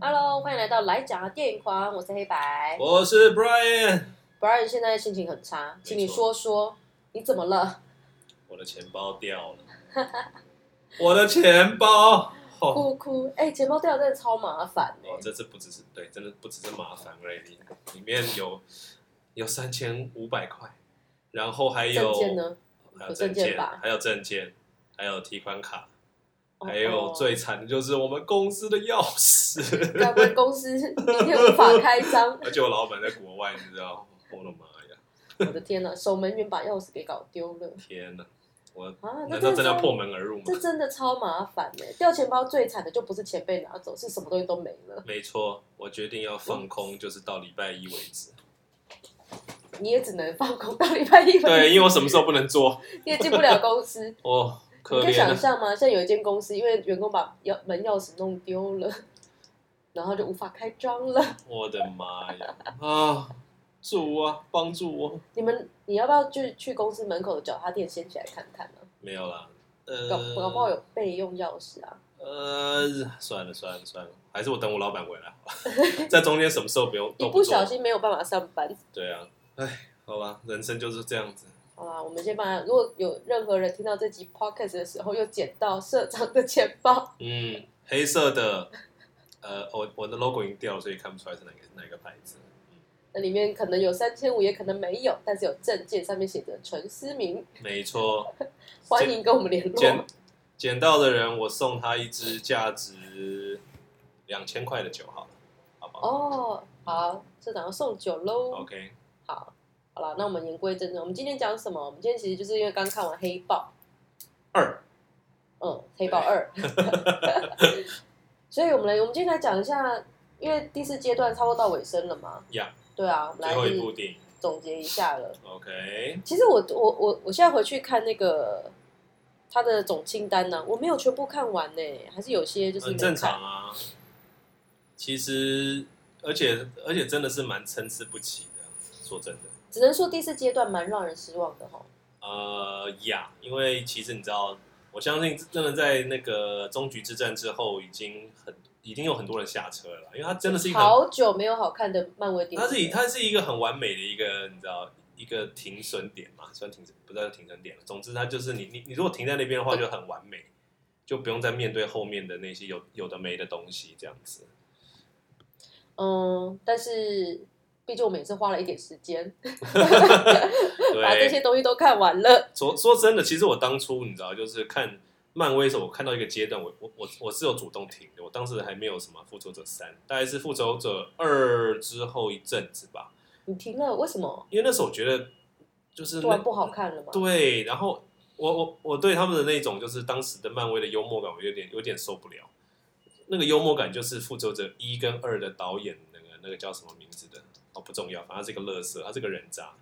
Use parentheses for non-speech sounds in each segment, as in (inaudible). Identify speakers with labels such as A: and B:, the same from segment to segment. A: 来到来讲啊电影狂，我是黑白。
B: 我是 Brian，
A: Brian 现在心情很差，请你
B: 错
A: 说说你怎么了？
B: 我的钱包掉了，我的钱包，哦，
A: 哭哭，哎、钱包掉真的超麻烦哎、
B: 哦这次不只是对，真的不只是麻烦而已，里面有有三千五百块，然后还有
A: 证件呢？
B: 还
A: 有
B: 有
A: 证
B: 证
A: 件
B: 件
A: 吧，
B: 还有证件，还有提款卡，
A: 哦
B: 还有最惨的就是我们公司的钥匙，
A: 该不会公司明天无法开张？
B: (laughs) 而且我老板在国外，你知道，我的妈呀，
A: 我的天呐，守门员把钥匙给搞丢了
B: 天哪，我
A: 啊！那
B: 难道真的要
A: 超
B: 破门而入吗？
A: 这真的超麻烦哎、掉钱包最惨的就不是钱被拿走，是什么东西都没了。
B: 没错，我决定要放空，就是到礼拜一为
A: (laughs)
B: 止。
A: 你也只能放空到礼拜一为止，
B: 对，因为我什么时候不能做？
A: 你也进不了公司。
B: (laughs) 哦，可
A: 你可以
B: 怜
A: 想
B: 啊！
A: 象吗？现在有一间公司，因为员工把钥门钥匙弄丢了，然后就无法开张了。
B: 我的
A: (laughs)
B: 妈呀！啊，主啊，帮助我！
A: 你们，你要不要去去公司门口的脚踏店掀起来看看呢、
B: 没有啦，
A: 搞搞不好
B: 呃，
A: 有备用钥匙啊！
B: 呃，算了算了算了，还是我等我老板回来好了。 (laughs) 在中间什么时候
A: (laughs)
B: 不用
A: 一
B: 都
A: 不
B: 做
A: 小。心没有办法上班。
B: 对啊，哎，好吧，人生就是这样子。
A: 好啦，我们先把如果有任何人听到这集 podcast 的时候又捡到社长的钱包，
B: 嗯，黑色的，呃，我我的 logo 已经掉了，所以看不出来是哪个哪个牌子。
A: 那里面可能有三千五，也可能没有，但是有证件上面写着陈思明，
B: 没错，
A: (laughs) 欢迎跟我们联络。
B: 捡捡到的人，我送他一支价值两千块的酒，好了，好不好、
A: 哦，好，社长要送酒喽。
B: o k
A: 好，好了，那我们言归正传，我们今天讲什么？我们今天其实就是因为刚看完《黑豹
B: 二》，
A: 嗯，《黑豹二》， (laughs) 所以我们来，我们今天来讲一下，因为第四阶段差不多到尾声了嘛，
B: 呀
A: 对啊，我们
B: 最后一部
A: 来
B: 电影
A: 总结一下了。
B: ，OK，
A: 其实我我我我现在回去看那个他的总清单呢、我没有全部看完呢、还是有些就是
B: 很
A: 没
B: 正
A: 看
B: 常啊。其实，而且而且真的是蛮参差不齐的，说真的，
A: 只能说第四阶段蛮让人失望的哈。
B: 呃呀因为其实你知道，我相信真的在那个终局之战之后，已经很已经有很多人下车了啦，因为它真的是一个很
A: 好久没有好看的漫威电影
B: 它
A: 了，
B: 是以它是一个很完美的一个，你知道一个停损点嘛？算停不知道停损点了。总之，它就是你你你如果停在那边的话，就很完美，就不用再面对后面的那些有有的没的东西这样子。
A: 嗯，但是毕竟我们也是花了一点时间， (laughs) 把这
B: 对，
A: 些东西都看完了。
B: 说说真的，其实我当初你知道，就是看漫威的时候，我看到一个阶段，我我我我是有主动停的。我当时还没有什么复仇者三，大概是复仇者二之后一阵子吧，
A: 你停了，为什么？
B: 因为那时候我觉得就是
A: 突
B: 那
A: 然不好看了吗？
B: 嗯对，然后我我我对他们的那种就是当时的漫威的幽默感，我有点有点受不了。那个幽默感就是复仇者一跟二的导演那个那个叫什么名字的哦不重要，反正他是个乐色，他是个人渣，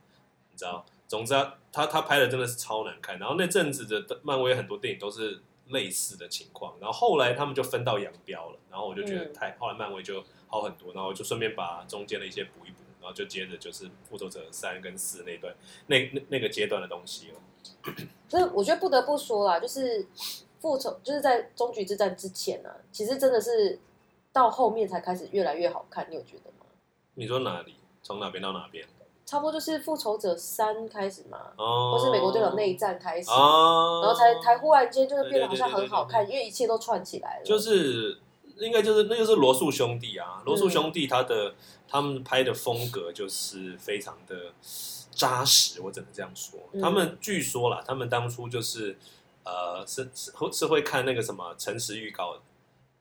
B: 你知道。总之他他他拍的真的是超难看。然后那阵子的漫威很多电影都是类似的情况，然后后来他们就分道扬镳了，然后我就觉得
A: 嗯
B: 太、后来漫威就好很多，然后我就顺便把中间的一些补一补，然后就接着就是复仇者三跟四那段那那那个阶段的东西了。
A: 所以我觉得不得不说啦，就是复仇，就是在终局之战之前呢、啊，其实真的是到后面才开始越来越好看，你有觉得吗？
B: 你说哪里？从哪边到哪边？
A: 差不多就是复仇者三开始嘛，
B: 哦，
A: 或是美国队长内战开始，
B: 哦，
A: 然后才才忽然间就是变得好
B: 对对对
A: 像很好看，
B: 对
A: 因为一切都串起来了。
B: 就是应该就是那就是罗素兄弟啊，罗素兄弟他的、他们拍的风格就是非常的扎实，我只能这样说。
A: 嗯
B: 他们据说啦，他们当初就是呃是是会是会看那个什么诚实预告的。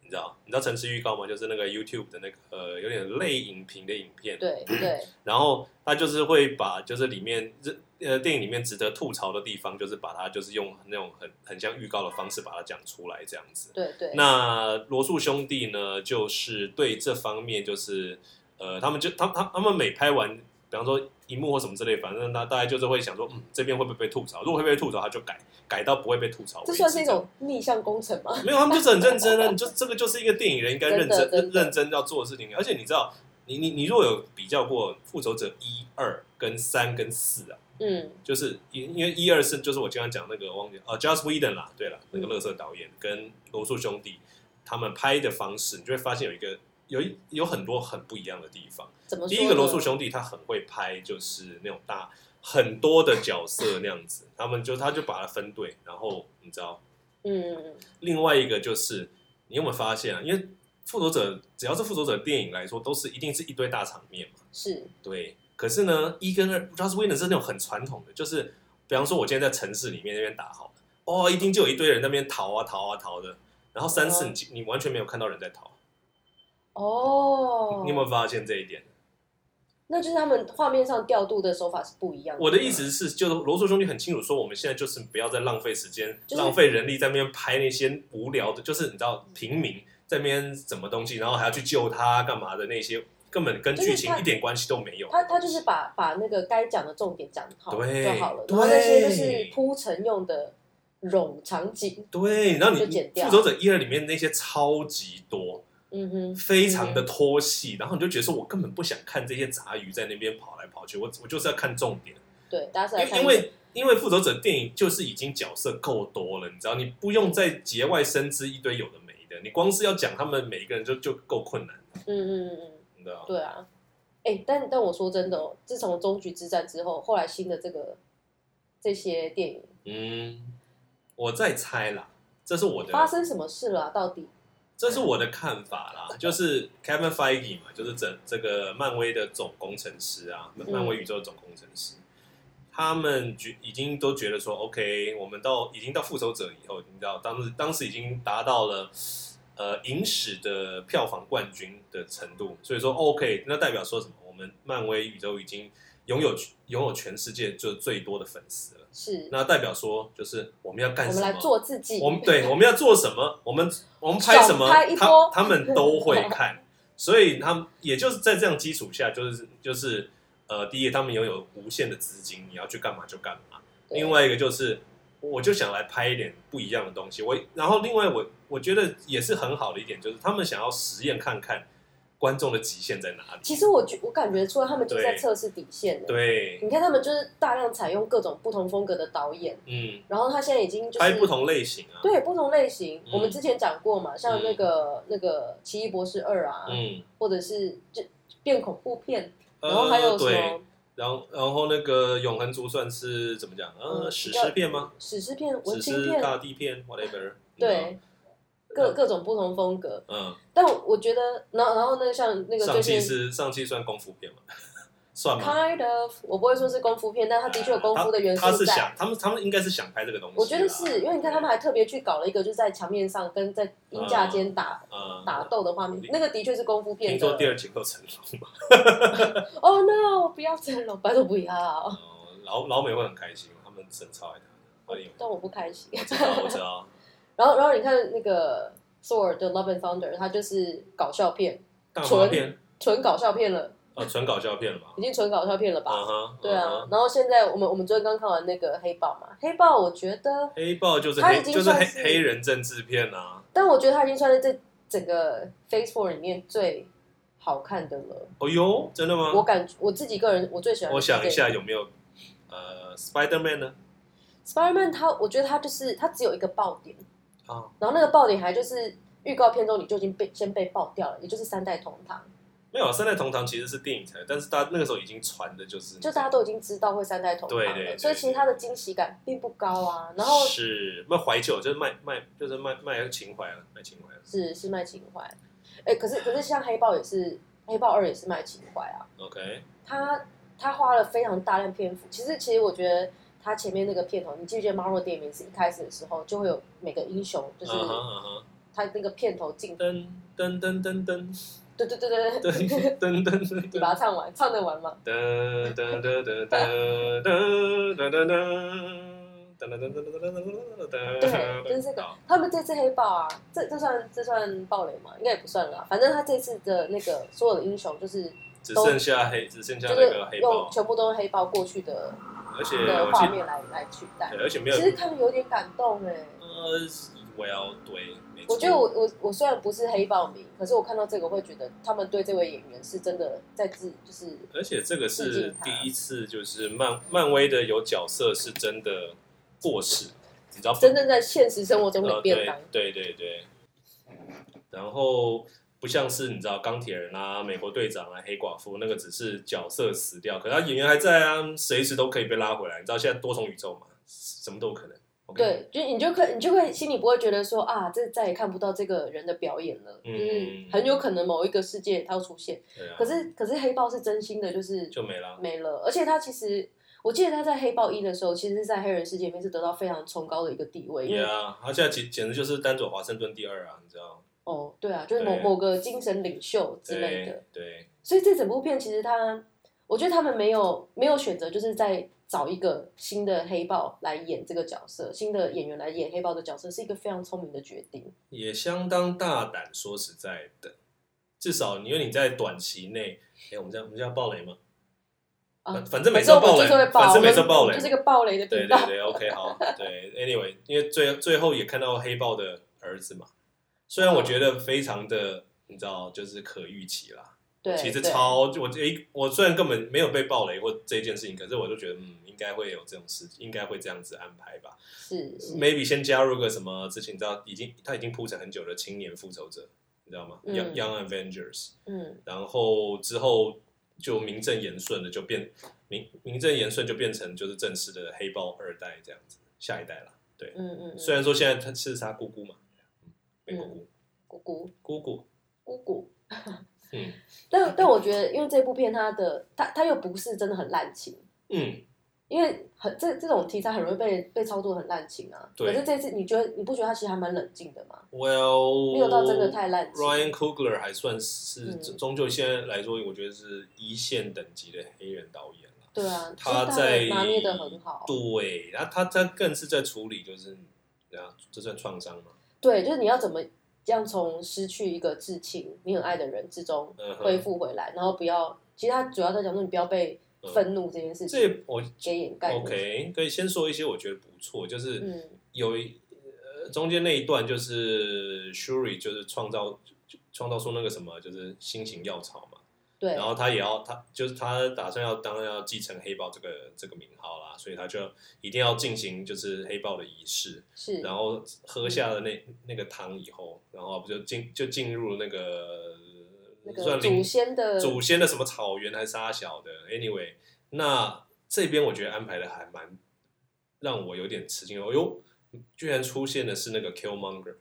B: 你知道你知道诚实预告吗？就是那个 YouTube 的那个呃，有点类影评的影片，
A: 对对，
B: 然后他就是会把就是里面这呃电影里面值得吐槽的地方，就是把它就是用那种很很像预告的方式把它讲出来这样子。
A: 对对，
B: 那罗素兄弟呢，就是对这方面就是呃，他们就他他他们每拍完，比方说一幕或什么之类，反正他大概就是会想说，嗯，这边会不会被吐槽？如果会被吐槽，他就改改到不会被吐
A: (laughs)
B: 槽为止。
A: 这算是一种逆向工程吗？
B: 没有，他们就是很认真啊！你就这个就是一个电影人应该认真
A: 真的真的
B: 认真要做的事情。而且你知道，你你你如果有比较过《复仇者》一、二跟三跟四啊，
A: 嗯，
B: 就是因因为一二是就是我刚刚讲那个忘记哦 j o s Whedon 啦，对了，那个乐色导演跟罗素兄弟他们拍的方式，你就会发现有一个有一有很多很不一样的地方。
A: 怎么说
B: 第
A: 呢？
B: 一个罗素兄弟他很会拍，就是那种大很多的角色那样子，他们就他就把它分队，然后你知道，
A: 嗯，嗯，嗯
B: 另外一个就是你有没有发现啊？因为复仇者只要是复仇者电影来说，都是一定是一堆大场面嘛，
A: 是
B: 对。可是呢，一跟二 j o s w i n n 是那种很传统的，就是比方说我今天在城市里面那边打好了，哦，一定就有一堆人在那边逃啊逃啊逃的，然后三次你、你完全没有看到人在逃，
A: 哦，
B: 你有没有发现这一点？
A: 那就是他们画面上调度的手法是不一样的。
B: 我的意，思是，就是罗素兄弟很清楚说，我们现在就是不要再浪费时间、
A: 就是
B: 浪费人力在那边拍那些无聊的，就是你知道平民在那边什么东西，然后还要去救他干嘛的那些，根本跟
A: 就是
B: 剧情
A: 他
B: 一点关系都没有。
A: 他他就是把把那个该讲的重点讲好
B: 对
A: 就好了，
B: 对
A: 然后那些就是铺陈用的冗场景，
B: 对，然后
A: 就
B: 你
A: 剪
B: 你
A: 掉
B: 复仇者一二里面那些超级多，
A: 嗯哼，
B: 非常的拖戏，然后你就觉得说我根本不想看这些杂鱼在那边跑来跑去，我我就是要看重点。
A: 对，大家是来
B: 因
A: 看
B: 因为因为复仇者电影就是已经角色够多了，你知道，你不用再节外生枝一堆有的没的，你光是要讲他们每一个人就就够困难，
A: 嗯嗯嗯嗯，
B: 你知道吗？
A: 对啊，哎、但但我说真的哦，自从终局之战之后，后来新的这个这些电影
B: 嗯，我在猜啦，这是我的，
A: 发生什么事了啊、到底
B: 这是我的看
A: (laughs)
B: 法啦，就是 Kevin Feige 嘛，就是整这个漫威的总工程师啊，
A: 嗯
B: 漫威宇宙的总工程师。他们觉已经都觉得说，OK，我们到已经到复仇者以后，你知道，当时当时已经达到了呃影史的票房冠军的程度，所以说 OK，那代表说什么？我们漫威宇宙已经拥有拥有全世界就最多的粉丝了，
A: 是
B: 那代表说就是我们要干
A: 我
B: 什么？
A: 们来做自己，
B: 我们对我们要做什么，我们我们拍什么，
A: 爽拍一
B: 他
A: 波
B: 他们都
A: (laughs)
B: 会看，所以他们也就是在这样基础下，就是就是呃，第一，他们拥有无限的资金，你要去干嘛就干嘛；，
A: 对
B: 另外一个就是，我就想来拍一点不一样的东西。我然后另外我我觉得也是很好的一点，就是他们想要实验看看观众的极限在哪里。
A: 其实我觉我感觉出来，他们就是在
B: 对
A: 测试底线的。
B: 对，
A: 你看他们就是大量采用各种不同风格的导演，
B: 嗯，
A: 然后他现在已经就是
B: 拍不同类型啊，
A: 对不同类型。
B: 嗯
A: 我们之前讲过嘛，像那个、那个《奇异博士二》啊，
B: 嗯，
A: 或者是就变恐怖片，
B: 呃
A: 啊然后还有什
B: 对。
A: 么
B: 然后，然后那个永恒族算是怎么讲？呃，
A: 嗯
B: 史
A: 比较
B: 诗片吗？
A: 史诗片、文
B: 只
A: 青
B: 是
A: 片，
B: 大地片，whatever。
A: 对，各
B: 嗯
A: 各种不同风格。
B: 嗯，
A: 但我觉得，然后然后那个像那个
B: 上
A: 最
B: 期
A: 近
B: 是上期算功夫片嘛？ (laughs) 算吗？
A: kind of，我不会说是功夫片，但他的确有功夫的元
B: 他他
A: 素
B: 是
A: 在。
B: 想啊他们他们应该是想拍这个东西啦。
A: 我觉得是因为你看他们还特别去搞了一个，就是在墙面上跟在衣架间打
B: 嗯
A: 打斗的画面，那个的确是功夫片
B: 听说第
A: 的。
B: 二集够成龙嘛？
A: 哦 no，不要整容，拜托不要。
B: 哦 (laughs) 老老美会很开心，他们真超爱他。哎呦
A: 但我不开心。 (laughs)
B: 我知道我知道，
A: 然后然后你看那个 Sword 的 Love and Thunder，它就是搞笑片，
B: 大
A: 纯
B: 麻片
A: 纯搞笑片了，
B: 呃纯搞笑片了吧
A: 已？经纯搞笑片了 (laughs) 吧？
B: 嗯哼，
A: 对
B: 嗯
A: 啊
B: 哼，。
A: 然后现在我们我们昨天刚看完那个黑豹嘛，黑豹我觉得，
B: 黑豹就是
A: 他
B: 黑
A: 已经
B: 就是黑
A: 算是
B: 黑人政治片啊！
A: 但我觉得它已经算是这整个 Phase Four 里面最好看的了。
B: 哦呦，真的吗？
A: 我感我自己个人我最喜欢。
B: 我想一下有没有呃 Spider Man 呢？
A: ，Spiderman 他我觉得他就是他只有一个爆点，
B: 啊，
A: 然后那个爆点还就是预告片中你就已经被先被爆掉了，也就是三代同堂，
B: 没有，三代同堂其实是电影才，但是大家那个时候已经传的就是
A: 就大家都已经知道会三代同堂了，
B: 对对对
A: 所以其实它的惊喜感并不高啊。然后
B: 是卖怀旧，就是卖卖就是卖卖情怀了，卖情怀了。
A: 是是卖情怀，哎，可是可是像黑豹也是黑豹二也是卖情怀啊，
B: OK，
A: 他他花了非常大量篇幅。其实，其实我觉得他前面那个片头，你记不记得 Marvel 电影是一开始的时候就会有每个英雄，就是
B: 嗯哼嗯哼，
A: 他那个片头进，
B: 噔噔噔噔噔
A: 对对对对对，
B: 噔噔噔噔
A: 你把它唱完，唱得完吗？
B: 噔噔噔噔噔噔噔噔噔噔
A: 对，就是这个。他们这次黑豹啊，这这算这算暴雷吗？应该也不算啦。反正他这次的那个所有的英雄，就是
B: 只剩下黑，只剩下
A: 就
B: 那
A: 是
B: 个黑
A: 用
B: 豹，
A: 全部都是黑豹过去的
B: 而且
A: 的
B: 我
A: 画
B: 记
A: 面来来取代
B: 对，。而且没
A: 其
B: 有
A: 实看了有点感动哎、
B: 呃，well 对，没错。
A: 我觉得我我我虽然不是黑豹迷，可是我看到这个会觉得他们对这位演员是真的在自就是
B: 而且这个
A: 致
B: 是
A: 敬他
B: 第一次，就是漫漫威的有角色是真的过世，你知道不
A: 真正在现实生活中
B: 呃
A: 领便当。
B: 对对对对。然后不像是你知道钢铁人啊、美国队长啊、黑寡妇那个只是角色死掉，可他演员还在啊，随时都可以被拉回来。你知道现在多重宇宙嘛，什么都有可能。o k，
A: 对，就你就可你就会心里不会觉得说啊，这再也看不到这个人的表演了，
B: 嗯
A: 就是很有可能某一个世界他要出现。
B: 对啊，
A: 可是可是黑豹是真心的，就是
B: 就没了。
A: 没了，而且他其实。我记得他在《黑豹一》的时候，其实，在黑人世界里面是得到非常崇高的一个地位。因为
B: Yeah，他现在简简直就是单走华盛顿第二啊，你知道？
A: 哦，对啊，就是某
B: 对
A: 某个精神领袖之类的
B: 对。对，
A: 所以这整部片其实他，我觉得他们没有没有选择，就是在找一个新的黑豹来演这个角色，新的演员来演黑豹的角色，是一个非常聪明的决定。
B: 也相当大胆。说实在的，至少因为你在短期内，哎、我们这样我们这样爆雷吗？
A: 啊
B: 反反正每
A: 反
B: 次
A: 正我
B: 都爆
A: 们就
B: 雷
A: 是会，爆，
B: 反正每次都
A: 我
B: 爆
A: 们
B: 雷，
A: 就是一个暴雷的
B: 对
A: 频道
B: 对。对，OK，好，对，Anyway，因为最最后也看到黑豹的儿子嘛，虽
A: 嗯
B: 然我觉得非常的，你知道，就是可预期啦。
A: 对，
B: 其实
A: 对
B: 超我诶，我虽然根本没有被暴雷或这件事情，可是我就觉得，嗯，应该会有这种事，应该会这样子安排吧。
A: 是是
B: Maybe 先加入个什么，之前你知道，已经他已经铺陈很久的青年复仇者，你知道吗、
A: 嗯
B: y o u n g Young Avengers，
A: 嗯
B: 然后之后就名正言顺的就变名名正言顺就变成就是正式的黑豹二代这样子，下一代了。对，
A: 嗯嗯，
B: 虽
A: 然
B: 然说现在他是他姑姑嘛，嗯美国姑
A: 姑姑
B: 姑姑，
A: 姑姑，
B: 嗯
A: 但但我觉得，因为这部片它的它它又不是真的很滥情。
B: 嗯，
A: 因为很这这种题材很容易被被操作得很滥情啊，
B: 对
A: 可是这次你觉得你不觉得他其实还蛮冷静的吗？
B: Well，
A: 没有到真的太滥情
B: 哦 Ryan Coogler 还算是
A: 嗯
B: 终究现在来说，我觉得是一线等级的黑人导演了。
A: 对啊，
B: 他
A: 就是
B: 在
A: 拿捏的很好。
B: 对，然后他他更是在处理就是啊，这算创伤吗？
A: 对，就是你要怎么样从失去一个至亲你很爱的人之中
B: 嗯哼
A: 恢复回来，然后不要，其实他主要在讲说你不要被愤怒这件事情
B: 嗯这我
A: 给掩盖住。
B: OK，可以先说一些我觉得不错，就是
A: 嗯
B: 有一、呃、中间那一段就是 Shuri 就是创造创造出那个什么就是新型药草嘛，
A: 对
B: 然，后他也要他就是他打算要当然要继承黑豹这个这个名号啦，所以他就一定要进行就是黑豹的仪式，
A: 是，
B: 然后喝下了那那个汤以后，然后不就进就进入那个
A: 那个
B: 算
A: 祖
B: 灵
A: 先的
B: 祖先的什么草原还是沙小的，anyway，那这边我觉得安排的还蛮让我有点吃惊哦，哟，居然出现的是那个 Killmonger，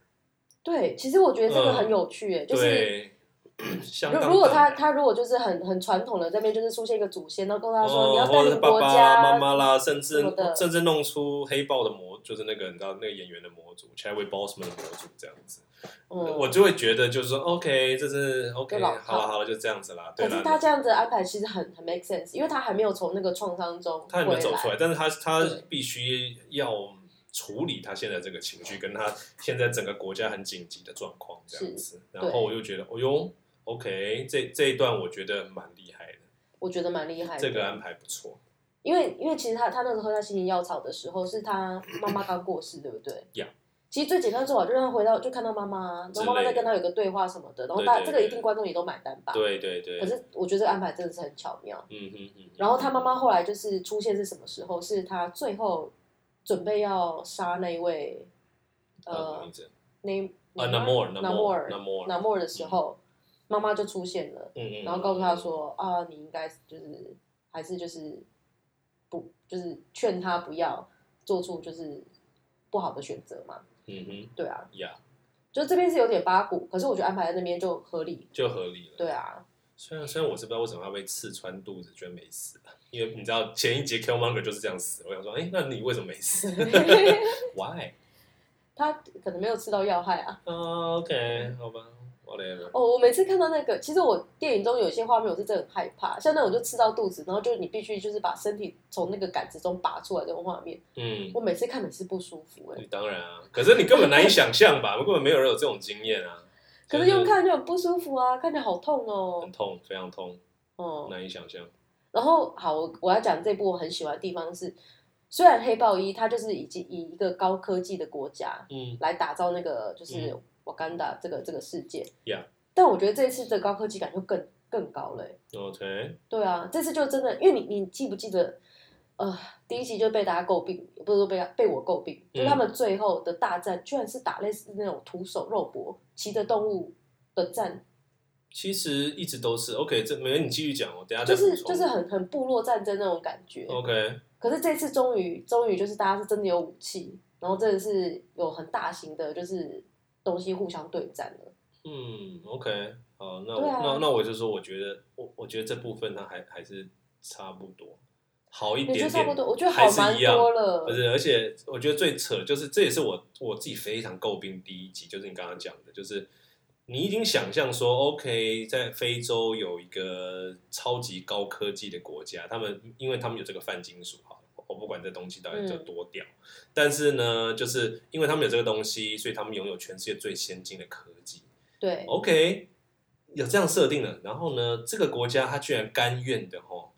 A: 对，其实我觉得这个很有趣、诶，就是。
B: 嗯对，相
A: 如
B: 当
A: 如果他
B: 大
A: 他如果就是很很传统的这边就是出现一个祖先，然后跟他说、你
B: 哦，
A: 要
B: 或
A: 带
B: 者是
A: 领
B: 爸
A: 国
B: 爸
A: 家
B: 啦、妈妈啦，甚至
A: 什么的
B: 甚至弄出黑豹的模，就是那个你知道那个演员的模组 c h a d w i c k Boseman 的模组这样子，
A: 嗯，
B: 我就会觉得就是说 OK，这是 OK，
A: 就老套
B: 好啊了好了，就这样子啦。对
A: 可
B: 啦
A: 是，他这样子的安排其实很很 make sense，因为他还没有从那个创伤中
B: 他还没有走出来，但是他他
A: 对
B: 必须要处理他现在这个情绪，跟他现在整个国家很紧急的状况这样子。然后我就觉得，哦哟，OK，这这一段我觉得蛮厉害的，
A: 我觉得蛮厉害的。
B: 这个啊安排不错。
A: 因为因为其实他他那时候喝他心灵药草的时候，是他妈妈刚过世，对不对
B: Yeah
A: 其实最简单的做啊法就让他回到就看到妈妈，然后妈妈
B: 之类的
A: 再跟他有个对话什么的，然后大
B: 对对对
A: 这个一定观众也都买单吧。
B: 对对对，
A: 可是我觉得这个安排真的是很巧妙。
B: 嗯哼嗯哼，
A: 然后他妈妈后来就是出现是什么时候？是他最后准备要杀那位
B: 呃，
A: 呃
B: 名字
A: 那
B: 啊
A: 那
B: ，Namor，
A: 纳莫
B: Namor，
A: 尔
B: Namor
A: 纳莫尔的时候，妈妈就出现了。
B: 嗯嗯，
A: 然后告诉他说啊，你应该就是还是就是不就是劝他不要做出就是不好的选择嘛，
B: 嗯哼，
A: 对啊，
B: 呀，
A: 就这边是有点八股，可是我觉得安排在那边就合理，
B: 就合理了。
A: 对
B: (laughs)
A: 啊， (laughs)
B: 虽然虽然我是不知道为什么他被刺穿肚子，居然没死，啊因为你知道前一节 Killmonger 就是这样死。我想说，哎、那你为什么没死？Why？
A: 他可能没有吃到要害啊。
B: 啊、o k 好吧，whatever。
A: 哦，我每次看到那个，其实我电影中有些画面我是真的很害怕，像那种就吃到肚子，然后就你必须就是把身体从那个杆子中拔出来这种画面，
B: 嗯，
A: 我每次看每次不舒服哎、
B: 你当然啊，可是你根本难以想象吧？我根本没有人有这种经验啊。
A: 可是用看就很不舒服啊，看起来好痛哦
B: 很，痛，非常痛，
A: 哦、
B: 难以想象。
A: 然后好，我我要讲这部我很喜欢的地方是，虽然黑豹一它就是已经以一个高科技的国家
B: 嗯
A: 来打造那个就是
B: 嗯
A: 瓦干达这个这个世界
B: Yeah
A: 但我觉得这次的高科技感就更更高了欸、
B: ，OK，
A: 对啊，这次就真的，因为你你记不记得，呃，第一集就被大家诟病，不是说被他被我诟病，
B: 嗯
A: 就是他们最后的大战居然是打类似那种徒手肉搏、骑着动物的战，
B: 其实一直都是 OK，这没你继续讲，我等一下再
A: 就
B: 补充。
A: 是就是很很部落战争那种感觉。
B: OK，
A: 可是这次终于终于就是大家是真的有武器，然后真的是有很大型的，就是东西互相对战了。
B: 嗯，OK，好，那我、
A: 对啊
B: 那那我就说，我觉得我我觉得这部分它还还是差不多，好一
A: 我觉
B: 点
A: 得差不
B: 点，
A: 多，我觉得好
B: 还是
A: 蛮
B: 一样
A: 多了
B: 不。是，而且我觉得最扯就是，这也是我我自己非常诟病第一集，就是你刚刚讲的，就是你已经想象说，OK，在非洲有一个超级高科技的国家，他们因为他们有这个泛金属，哈，我不管这东西到底有
A: 嗯
B: 多屌，但是呢，就是因为他们有这个东西，所以他们拥有全世界最先进的科技。
A: 对，
B: 哦 OK，有这样设定了，然后呢，这个国家它居然甘愿的吼，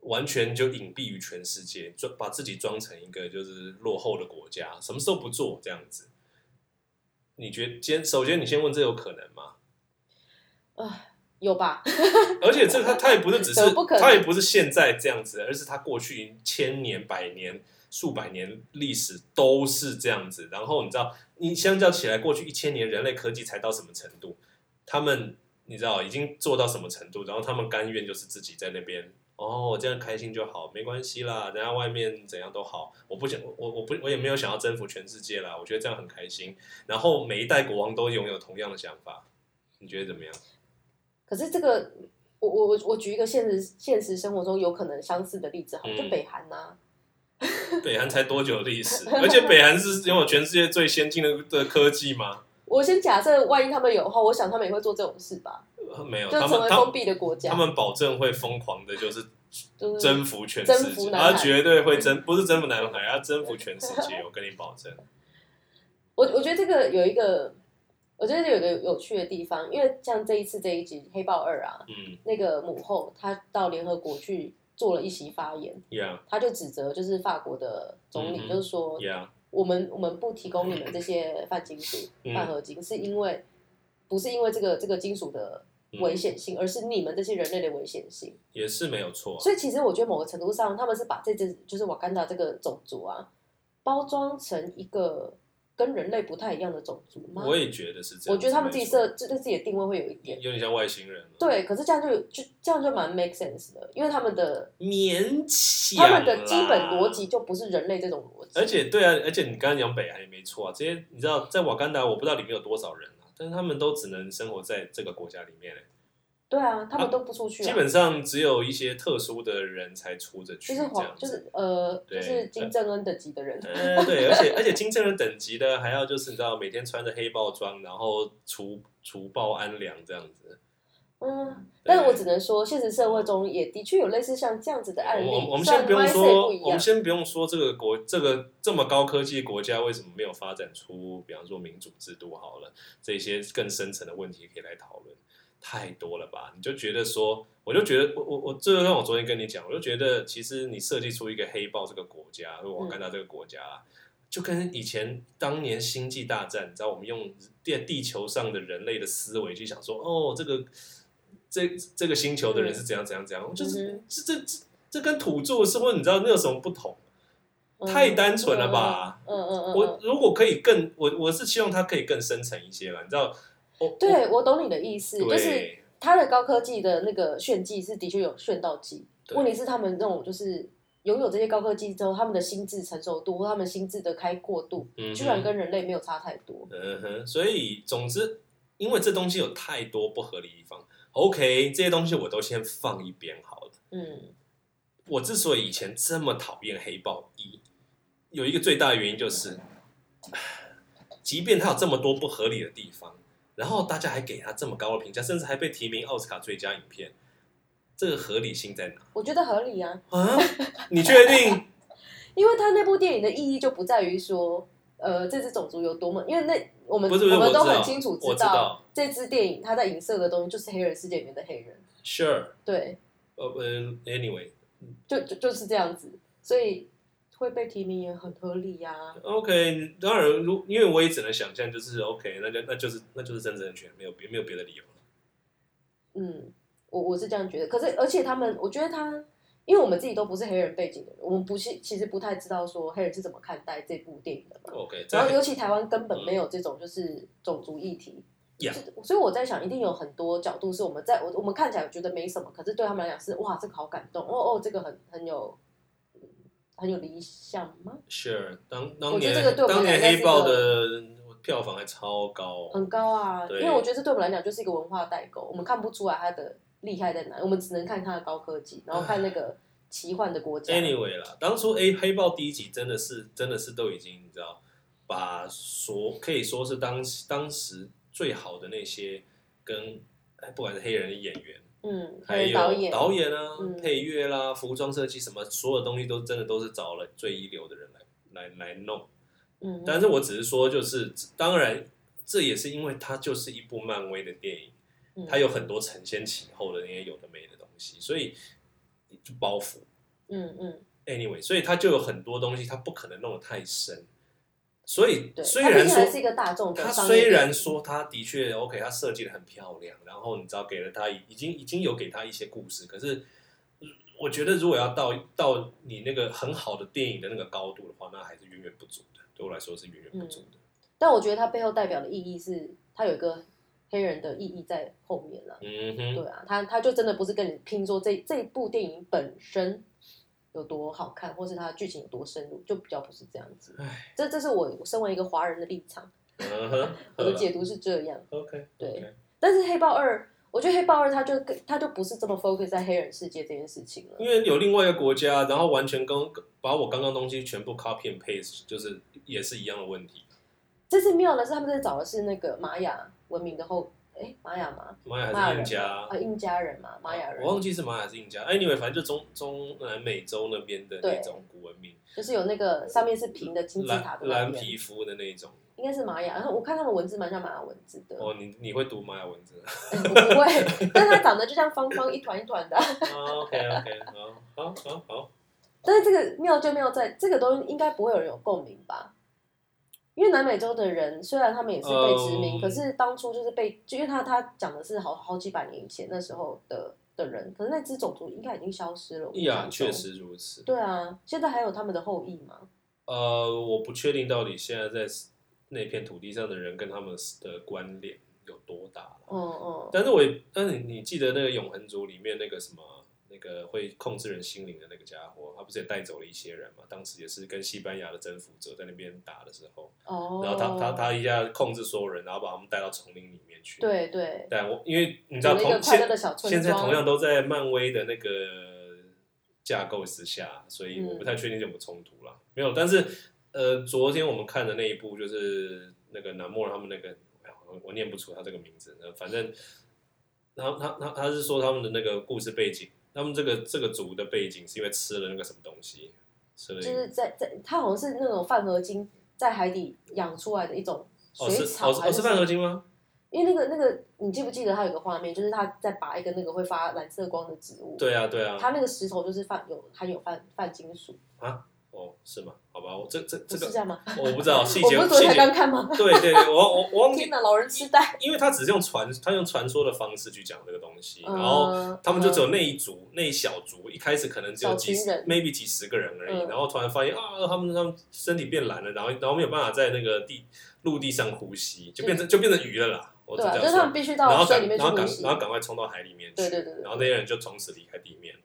B: 完全就隐蔽于全世界，装把自己装成一个就是落后的国家，什么事都不做这样子。你觉得，先首先你先问这有可能吗？
A: 有吧？
B: 而且这个它它也不是只是
A: 怎么不可能
B: 它也不是现在这样子，而是它过去千年、百年、数百年历史都是这样子。然后你知道，你相较起来，过去一千年人类科技才到什么程度？他们你知道已经做到什么程度？然后他们甘愿就是自己在那边。哦，我这样开心就好，没关系啦。人家外面怎样都好，我不想，我我我不，我也没有想要征服全世界啦。我觉得这样很开心。然后每一代国王都拥有同样的想法，你觉得怎么样？
A: 可是这个，我我我我举一个现实现实生活中有可能相似的例子，好了，
B: 嗯
A: 就北韩呐、
B: 北韩才多久的历史？而且北韩是拥有全世界最先进的的科技吗？
A: 我先假设，万一他们有的话，我想他们也会做这种事吧，
B: 呃没有，
A: 就
B: 他
A: 成为
B: 们
A: 封
B: 他
A: 闭的国家，
B: 他们保证会疯狂的，就是
A: 就是
B: 征服全
A: 征
B: 世
A: 服
B: 界，
A: 南海
B: 他绝对会征，不是征服南海，要征服全世界，我跟你保证。
A: 我我觉得这个有一个，我觉得有一个有趣的地方，因为像这一次这一集《黑豹二》啊，
B: 嗯，
A: 那个母后她到联合国去做了一席发言，
B: yeah
A: 她就指责就是法国的总理，
B: 嗯哼
A: 就是说
B: yeah，
A: 我们我们不提供你们这些泛金属、
B: 嗯
A: 泛合金，是因为不是因为这个这个金属的
B: 嗯
A: 危险性，而是你们这些人类的危险性。
B: 也是没有错啊。
A: 所以其实我觉得某个程度上，他们是把这只就是瓦干达这个种族啊，包装成一个跟人类不太一样的种族吗？
B: 啊我也觉得是这样子。
A: 我觉得他们自己
B: 没错
A: 设就对自己的定位会有一点
B: 有点像外星人。，
A: 对，可是这样就就这样就蛮 make sense 的，因为他们的
B: 勉强
A: 他
B: 啦
A: 们的基本逻辑就不是人类这种逻辑，
B: 而且对啊，而且你刚刚讲北韩也没错啊，这些你知道在瓦干达，我不知道里面有多少人啊，但是他们都只能生活在这个国家里面、欸，
A: 对啊，他们都不出去、啊，
B: 基本上只有一些特殊的人才出着
A: 就
B: 去这
A: 是
B: 样
A: 皇
B: 子。
A: 就是呃就
B: 对
A: 是金正恩等级的人，
B: 呃，对，而且而且金正恩等级的还要就是你知道每天穿着黑豹装，然后除除暴安良这样子。
A: 嗯，但是我只能说，现实社会中也的确有类似像这样子的案
B: 我
A: 例，
B: 们我们
A: 虽然
B: 先不用
A: mindset
B: 说
A: 不一，
B: 我
A: 样
B: 们，先不用说这个国这个这么高科技国家为什么没有发展出，比方说民主制度好了，这些更深层的问题可以来讨论，太多了吧？你就觉得说，我就觉得我我我这就像我昨天跟你讲，我就觉得其实你设计出一个黑豹这个国家，
A: 嗯
B: 或瓦干达这个国家啊。就跟以前当年星际大战，你知道我们用地地球上的人类的思维去想说，哦，这个这这个星球的人是怎样怎样怎样，就是
A: 嗯
B: 这这这这跟土著是或者你知道那有什么不同？
A: 嗯
B: 太单纯了吧？
A: 嗯嗯嗯，
B: 我如果可以更，我我是希望它可以更深层一些了，你知道？哦我
A: 对我懂你的意思，
B: 对
A: 就是它的高科技的那个炫技是的确有炫到技，
B: 对
A: 问题是他们那种就是拥有这些高科技之后，他们的心智成熟度或他们心智的开阔度，
B: 嗯哼
A: 居然跟人类没有差太多。
B: 嗯哼，所以总之，因为这东西有太多不合理地方，OK，这些东西我都先放一边好了。
A: 嗯，
B: 我之所以以前这么讨厌黑豹一，有一个最大的原因就是，即便它有这么多不合理的地方，然后大家还给它这么高的评价，甚至还被提名奥斯卡最佳影片，这个合理性在哪
A: 我觉得合理啊，
B: 啊？你确定？
A: 因为他那部电影的意义就不在于说，呃，这支种族有多么，因为那我们
B: 不是不是
A: 我们都
B: 我知道
A: 很清楚
B: 我知道
A: 这支电影它在影射的东西就是黑人世界里面的黑人，
B: Sure，
A: 对，
B: 呃呃，Anyway，OK，、
A: 就就就是这样子，所以会被提名也很合理啊呀、
B: OK，当然，如因为我也只能想象，就是 OK，那就那就是那就是真正的权，没有别没有别的理由了。
A: 嗯，我我是这样觉得。可是，而且他们，我觉得他，因为我们自己都不是黑人背景的人，我们不是其实不太知道说黑人是怎么看待这部电影的嘛。
B: OK，
A: 然后，
B: 在
A: 尤其台湾根本没有这种就是种族议题，
B: 嗯 Yeah
A: 就所以我在想，一定有很多角度是我们在我我们看起来觉得没什么，可是对他们来讲是哇，这个好感动，哦哦，这个很很有嗯很有理想吗？
B: Sure，当当
A: 我觉
B: 年
A: 得这个对我们
B: 当年
A: 来讲
B: 黑豹
A: 是一
B: 的票房还超高，哦
A: 很高啊，因
B: 对
A: 为我觉得这对我们来讲就是一个文化代沟，我们看不出来它的厉害在哪，我们只能看它的高科技，然后看那个奇幻的国家。
B: Anyway 啦，当初 A 黑豹第一集真的是真的是都已经你知道，把所可以说是当时当时最好的那些跟哎不管是黑人的演员，
A: 嗯，
B: 还有
A: 导演，
B: 导演啊、
A: 嗯
B: 配乐啦、服装设计什么，所有东西都真的都是找了最一流的人来来来弄。
A: 嗯，
B: 但是我只是说，就是当然这也是因为它就是一部漫威的电影。
A: 嗯
B: 它有很多承先启后的那些有的没的东西，所以就包袱。
A: 嗯嗯，
B: Anyway，所以它就有很多东西，它不可能弄得太深。所以
A: 对，
B: 虽
A: 它毕
B: 然
A: 竟还是一
B: 说，
A: 个大众的
B: 它
A: 商业电影，
B: 虽然说它的确 OK，它设计的很漂亮，然后你知道给了它已经已经有给它一些故事，可是嗯我觉得如果要到到你那个很好的电影的那个高度的话，那还是远远不足的。对我来说是远远不足的。
A: 但我觉得它背后代表的意义是，它有一个黑人的意义在后面了。
B: 嗯哼，
A: 对啊，他他就真的不是跟你拼说这这部电影本身有多好看，或是它剧情有多深入，就比较不是这样子
B: 唉。
A: 这这是我我身为一个华人的立场，
B: 嗯哼，
A: 我的解读是这样。
B: OK，
A: 对，但是黑豹二，我觉得黑豹二它就更它就不是这么 focus 在黑人世界这件事情了。
B: 因为有另外一个国家，然后完全跟把我刚刚东西全部 copy and paste，就是也是一样的问题。
A: 这次妙的是，他们在找的是那个玛雅文明的后，哎，玛雅吗？
B: 玛雅
A: 玛
B: 还
A: 雅
B: 是印
A: 人
B: 加
A: 吗啊，印加人嘛，玛雅人
B: 我，忘记是玛雅还是印加。anyway，反正就中中南美洲那边的那种古文明，
A: 就是有那个上面是平的金字塔
B: 呃蓝
A: 的那
B: 蓝
A: 边，
B: 皮肤的那种。
A: 应该是玛雅。然后我看他们文字蛮像玛雅文字的，
B: 哦，你你会读玛雅文字啊
A: (laughs) 我不会，但它长得就像方方一团一团的啊、 (laughs)
B: ？OK OK，好好好好，
A: 但是这个妙就妙在这个东西应该不会有人有共鸣吧？因为南美洲的人虽然他们也是被殖民，
B: 嗯
A: 可是当初就是被，就因为他他讲的是好好几百年以前那时候的的人，可是那支种族应该已经消失了。我印象
B: 呀，
A: 中
B: 确。实如此。
A: 对啊，现在还有他们的后裔吗？
B: 呃，我不确定到底现在在那片土地上的人跟他们的关联有多大了。
A: 嗯嗯，
B: 但是我也，但是你你记得那个永恒族里面那个什么那个会控制人心灵的那个家伙，他不是也带走了一些人嘛？当时也是跟西班牙的征服者在那边打的时候，
A: 哦。
B: 然后他他他一下控制所有人，然后把他们带到丛林里面去。，
A: 对对，
B: 但我因为你知
A: 有
B: 道
A: 了一
B: 同
A: 个快乐
B: 现
A: 的小村
B: 现在
A: 庄。
B: 同样都在漫威的那个架构之下，所以我不太确定有没有冲突啦。没有，但是呃，昨天我们看的那一部就是那个南莫他们那个，哎呀我我念不出他这个名字，呃反正他他他他是说他们的那个故事背景，他们这个这个族的背景是因为吃了那个什么东西，吃了一
A: 就
B: 个
A: 是在在，它好像是那种饭合金在海底养出来的一种
B: 哦
A: 水
B: 是
A: 草
B: 哦是
A: 还
B: 哦
A: 是
B: 是
A: 什
B: 饭
A: 么？
B: 合金吗？
A: 因为那个那个，你记不记得它有个画面，就是它在拔一个那个会发蓝色光的植物，，
B: 对啊对啊，
A: 它那个石头就是泛有含有泛泛金属，
B: 哦是吗？好吧，我这这
A: 不
B: 这
A: 是
B: 个
A: 这样吗？
B: 我不知道细
A: 我
B: 节
A: 不是昨
B: 细
A: 天才
B: 节
A: 刚。看吗？
B: 对对对，我我我忘记
A: 天哪，老人痴呆。
B: 因为他只是用传，他用传说的方式去讲这个东西，然后
A: 嗯
B: 他们就只
A: 嗯
B: 有那一族、那一小族，一开始可能只有几
A: 小
B: 十
A: 群人
B: ，maybe 几十个人而已，
A: 嗯
B: 然后突然发现啊，他们他们身体变蓝了，然后然后没有办法在那个地陆地上呼吸，就变成就变成鱼了啦，我只
A: 嗯对啊，
B: 这样
A: 就是他们
B: 说。
A: 必须
B: 然
A: 到
B: 后
A: 水
B: 赶
A: 里面去
B: 然后
A: 呼
B: 赶
A: 吸
B: 然。后赶快冲到海里面去，
A: 对对对对
B: 然后那些人就从此离开地面。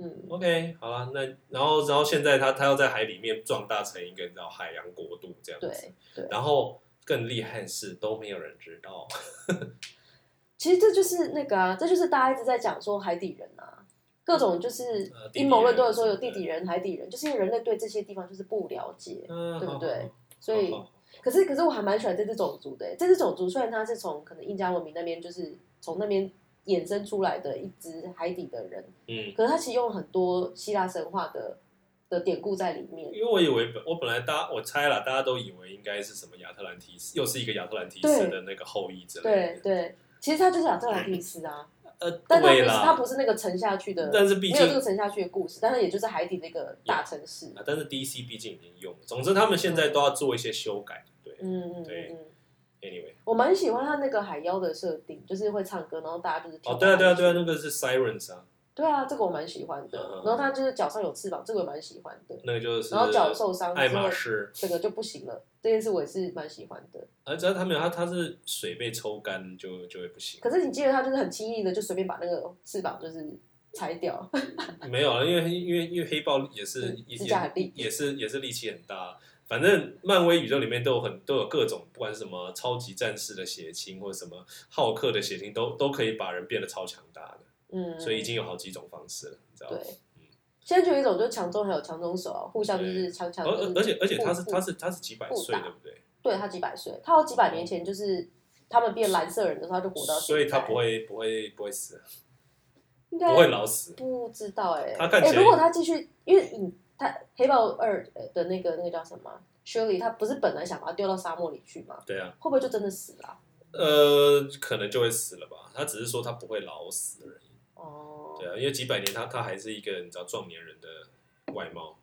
A: 嗯，
B: OK，好了，那然后然后现在他他要在海里面壮大成一个你知道海洋国度这样子，
A: 对对。
B: 然后更厉害的是都没有人知道。 (laughs)
A: 其实这就是那个啊，这就是大家一直在讲说海底人啊，各种就是
B: 呃地底
A: 阴谋论
B: 人
A: 都有说有
B: 对
A: 地底人、海底人，就是因为人类对这些地方就是不了解，
B: 嗯，
A: 对不
B: 好
A: 对？
B: 好
A: 所以
B: 好好
A: 可是可是我还蛮喜欢这只种族的欸，这只种族虽然它是从可能印加文明那边，就是从那边衍生出来的一只海底的人，
B: 嗯，
A: 可是它其实用了很多希腊神话的的典故在里面。
B: 因为我以为本我本来大家我猜了，大家都以为应该是什么亚特兰提斯，又是一个亚特兰提斯
A: 对
B: 的那个后裔之类
A: 对
B: 的。
A: 对，其实它就是亚特兰蒂斯啊，
B: 呃，
A: 但它不
B: 对
A: 是它
B: 啦，
A: 不是那个沉下去的，
B: 但是毕
A: 没有这个
B: 竟
A: 沉下去的故事，但是也就是海底的一个大城市。
B: 啊，但是 DC 毕竟已经用了，总之他们现在都要做一些修改。对
A: 嗯嗯嗯
B: 对
A: 嗯，
B: ，anyway，
A: 我蛮喜欢它那个海妖的设定，就是会唱歌，然后大家就是跳
B: 哦，对啊，对啊，
A: 舞
B: 对啊，那个是 Sirens 啊，
A: 对啊，这个我蛮喜欢的。
B: 嗯
A: 然后它就是脚上有翅膀，这个我蛮喜欢的。
B: 那个就是
A: 然后脚受伤
B: 爱
A: 之后
B: 马，仕，
A: 整个就不行了。这件事我也是蛮喜欢的。
B: 而只要他没有他，他是水被抽干就就会不行。
A: 可是你记得他就是很轻易的就随便把那个翅膀就是拆掉， (laughs)
B: 没有啊，因为因为因为黑豹也是
A: 嗯
B: 也
A: 指甲很利
B: 也也是也是力气很大。反正漫威宇宙里面都有很都有各种，不管是什么超级战士的血清，或者什么浩克的血清，都都可以把人变得超强大的。
A: 嗯，
B: 所以已经有好几种方式了，你知道吗
A: 对？。现在就有一种就是强中还有强中手啊，互相就
B: 对
A: 是强强
B: 而
A: 就是
B: 而而且而且他是
A: 互
B: 他是他是几百岁，
A: 不打
B: 对不对？
A: 对他几百岁，他好几百年前就是他们变蓝色人的时候，他就活到现在，
B: 嗯所以他不会不会不会死，
A: 应该
B: 不会老死。
A: 不知道哎、欸，
B: 他看起来
A: 欸如果他继续，因为影他呃黑豹二的那个那个叫什么啊 Shirley，他不是本来想把他丢到沙漠里去吗？
B: 对啊，
A: 会不会就真的死了啊、
B: 呃，可能就会死了吧。他只是说他不会老死而已。
A: 哦，
B: 对啊，因为几百年他他还是一个你知道壮年人的外貌，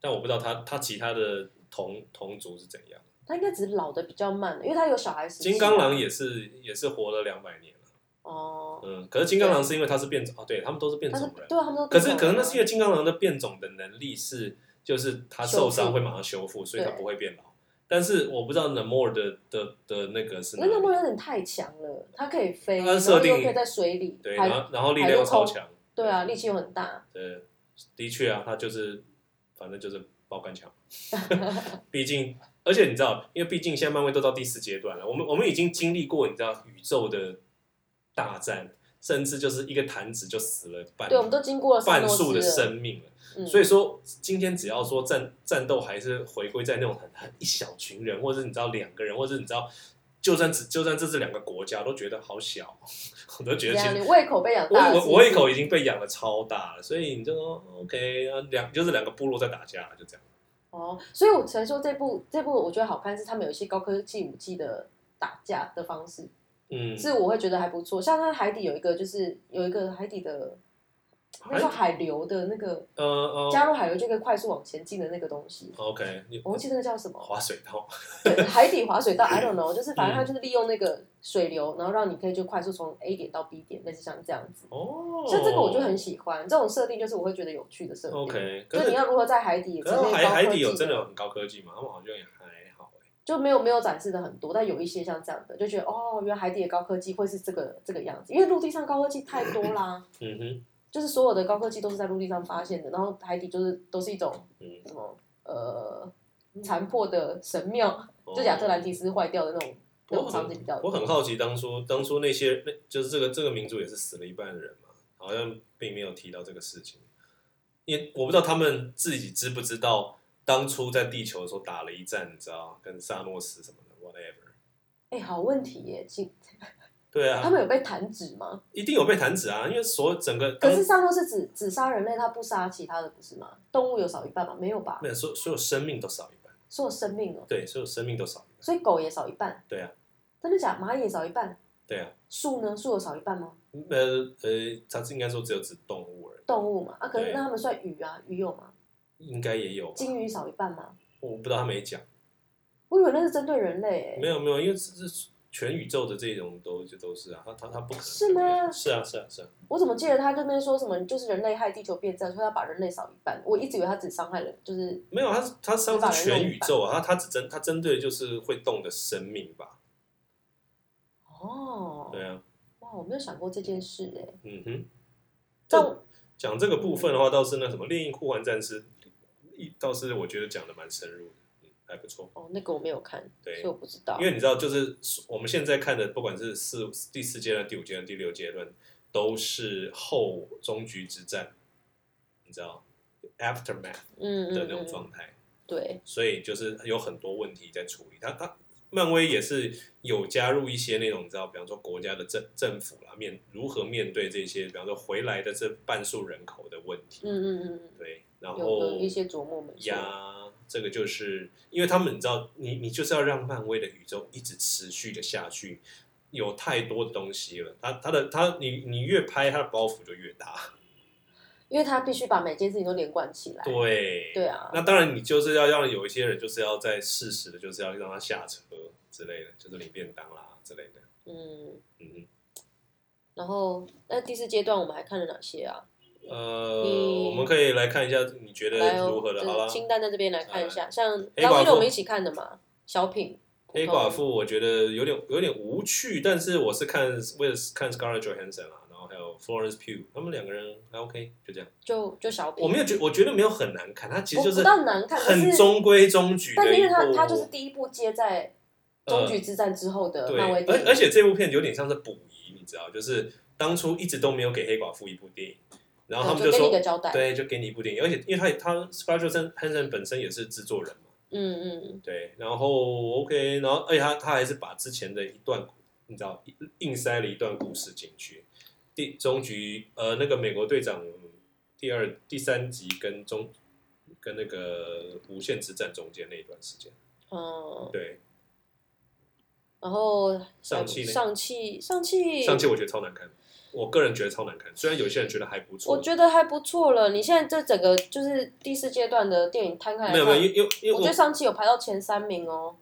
B: 但我不知道他他其他的同同族是怎样。
A: 他应该只是老的比较慢，因为他有小孩时期啊
B: 金刚狼也是也是活了两百年了，
A: 哦，
B: 嗯，可是金刚狼是因为他是变种哦，对他们都是变
A: 他是
B: 种人，
A: 对啊，他们都
B: 可是可能那
A: 能
B: 是因为金刚狼的变种的能力是，就是它受伤会马上修复，所以它
A: 对
B: 不会变老。但是我不知道 Namor 的的的那个是
A: 那
B: 哪里
A: 个梦有点太强了，它可以飞，
B: 它
A: 然后
B: 设定
A: 又可以在水里，
B: 对，
A: 还
B: 然后然后力量又超强，
A: 对啊，力气又很大，
B: 对，呃的确啊，他就是反正就是爆
A: (laughs)
B: 干强，毕竟。而且你知道，因为毕竟现在漫威都到第四阶段了，我们我们已经经历过你知道宇宙的大战，甚至就是一个弹指就死了半
A: 对，我们都经过了
B: 半
A: 斯诺斯了，
B: 数的生命了。
A: 嗯
B: 所以说，今天只要说战战斗还是回归在那种很很一小群人，或者是你知道两个人，或者是你知道，就算只就算这是两个国家，都觉得好小，我都觉
A: 这
B: 得其
A: 样
B: 实
A: 啊你胃口被养
B: 我
A: 大了，
B: 我我胃口已经被养的超大了，所以你就说 OK，啊两就是两个部落在打架，就这样。
A: 哦，所以我才说这部这部我觉得好看，是他们有一些高科技武器的打架的方式，
B: 嗯，
A: 是我会觉得还不错。像它海底有一个就是有一个海底的，那叫海流的那个
B: 呃呃
A: 加入海流就可以快速往前进的那个东西，
B: 哦，OK，你
A: 我忘记那个叫什么，
B: 滑水道，
A: 对，海底滑水道，I don't know，就是反正
B: 嗯
A: 它就是利用那个水流，然后让你可以就快速从 A 点到 B 点，类似像这样子。
B: 哦，
A: (laughs) 像这个我就很喜欢，这种设定就是我会觉得有趣的设定。
B: OK，
A: 就
B: 可
A: 是你
B: 是
A: 要如何在海底
B: 可
A: 成为
B: 是海
A: 高
B: 海
A: 科
B: 底有
A: 技
B: 真的有很高科技吗？他们好像也还好欸
A: 就没有没有展示的很多，但有一些像这样的，就觉得哦，原来海底的高科技会是这个这个样子，因为陆地上高科技太多啦，
B: 嗯哼，
A: 就是所有的高科技都是在陆地上发现的，然后海底就是都是一种
B: 嗯，
A: 什么呃残破的神庙，
B: 哦
A: 就亚特兰蒂斯坏掉的那种那种场景比较
B: 我
A: 多。
B: 很好奇，当初当初那些那就是这个这个民族也是死了一半的人嘛，好像并没有提到这个事情，因为我不知道他们自己知不知道，当初在地球的时候打了一战，你知道，跟萨诺斯什么的，whatever。
A: 哎、好问题耶，请
B: 对
A: 他
B: 啊，
A: 们有被弹指吗？
B: 一定有被弹指啊，因为所有整个
A: 可
B: 当
A: 是上头是只只杀人类，他不杀其他的，不是吗？动物有少一半吗？没有吧
B: 没，有所有所有生命都少一半，
A: 所有生命哦、
B: 对，所有生命都少一半，
A: 所以狗也少一半，
B: 对啊，
A: 真的假的？蚂蚁也少一半，
B: 对啊，
A: 树呢？树有少一半吗？
B: 呃呃，他是应该说只有指动物而已，
A: 动物嘛，啊，可是
B: 对
A: 那他们算鱼啊，鱼有吗？
B: 应该也有吧，
A: 鲸鱼少一半吗？
B: 我不知道他没讲。
A: 我以为那是针对人类、
B: 没
A: 欸，
B: 有没有，因为这是全宇宙的这种都就都是啊，他他他不可能
A: 是吗
B: 是啊是啊是啊，
A: 我怎么记得他这边说什么就是人类害地球变这样，所以要把人类少一半。我一直以为他只伤害人，就是
B: 没有，他是他上
A: 把
B: 次
A: 人
B: 全
A: 弄
B: 宇宙啊，他他只针他针对的就是会动的生命吧，
A: 哦，
B: 对啊，
A: 哇，我没有想过这件事哎、欸。
B: 嗯哼。
A: 但
B: 这讲这个部分的话，倒是那什么《猎鹰互换战士》，一倒是我觉得讲的蛮深入的，嗯，还不错。
A: 哦，那个我没有看，所
B: 对
A: 以我不知道
B: 因。为你知道，就是我们现在看的，不管是四第四阶段、第五阶段、第六阶段，都是后终局之战，你知道 aftermath
A: 嗯
B: 的
A: 嗯
B: 那种
A: 嗯，
B: 状态。
A: 对，
B: 所以就是有很多问题在处理。他他漫威也是有加入一些那种，你知道，比方说国家的政政府啦，面如何面对这些，比方说回来的这半数人口的问题，
A: 嗯嗯嗯嗯，
B: 对，然
A: 有
B: 后
A: 有一些琢磨没错。
B: 呀，这个就是因为他们，你知道，你你就是要让漫威的宇宙一直持续的下去。有太多的东西了，他他的他，你你越拍他的包袱就越大， (laughs)
A: 因为他必须把每件事情都连贯起来。
B: 对
A: 对啊，
B: 那当然，你就是要让有一些人，就是要在适时的，就是要让他下车之类的，就是领便当啦之类的。
A: 嗯，
B: 嗯
A: 然后那第四阶段我们还看了哪些啊？
B: 哼，呃，
A: 嗯
B: 我们可以来看一下你觉
A: 来
B: 得
A: 哦，
B: 如何的，
A: 就是
B: 好啦，
A: 清单在这边来看一下，像
B: 黑
A: 然后
B: 寡
A: 因为我
B: 妇
A: 们一起看的嘛，小品
B: 黑寡妇我觉得有点有点无趣，但是我是看为了看 Scarlett Johansson 啊，然后还有 Florence Pugh，他们两个人还 OK，就这样。
A: 就就小品，
B: 我没有觉，我觉得没有很难看，它其实
A: 不
B: 就
A: 哎不
B: 是
A: 到难看，可
B: 很中规中矩
A: 但
B: 的
A: 是
B: 一
A: 因为他
B: 部。呃
A: 他就是第一部接在《终局之战》之后的
B: 对，
A: 漫威电影，
B: 而而且这部片有点像是补遗，你知道，就是当初一直都没有给黑寡妇一部电影，然后他们
A: 哦对就给你
B: 说
A: 一个交代，
B: 对，就给你一部电影，而且因为他他 Scarlett Johansson 本身也是制作人嘛，
A: 嗯嗯，
B: 对，然后 OK，然后而且他他还是把之前的一段，你知道，硬硬塞了一段故事进去。第终局，呃，那个美国队长第二、第三集跟中跟那个无限之战中间那一段时间，
A: 嗯，
B: 对，
A: 然后
B: 上汽呢
A: 上汽上汽
B: 上期我觉得超难看，我个人觉得超难看，虽然有些人觉得还不错，
A: 我觉得还不错了。你现在这整个就是第四阶段的电影摊开来
B: 没有
A: 看，
B: 没有，因为因为因为
A: 我觉得上汽有排到前三名哦。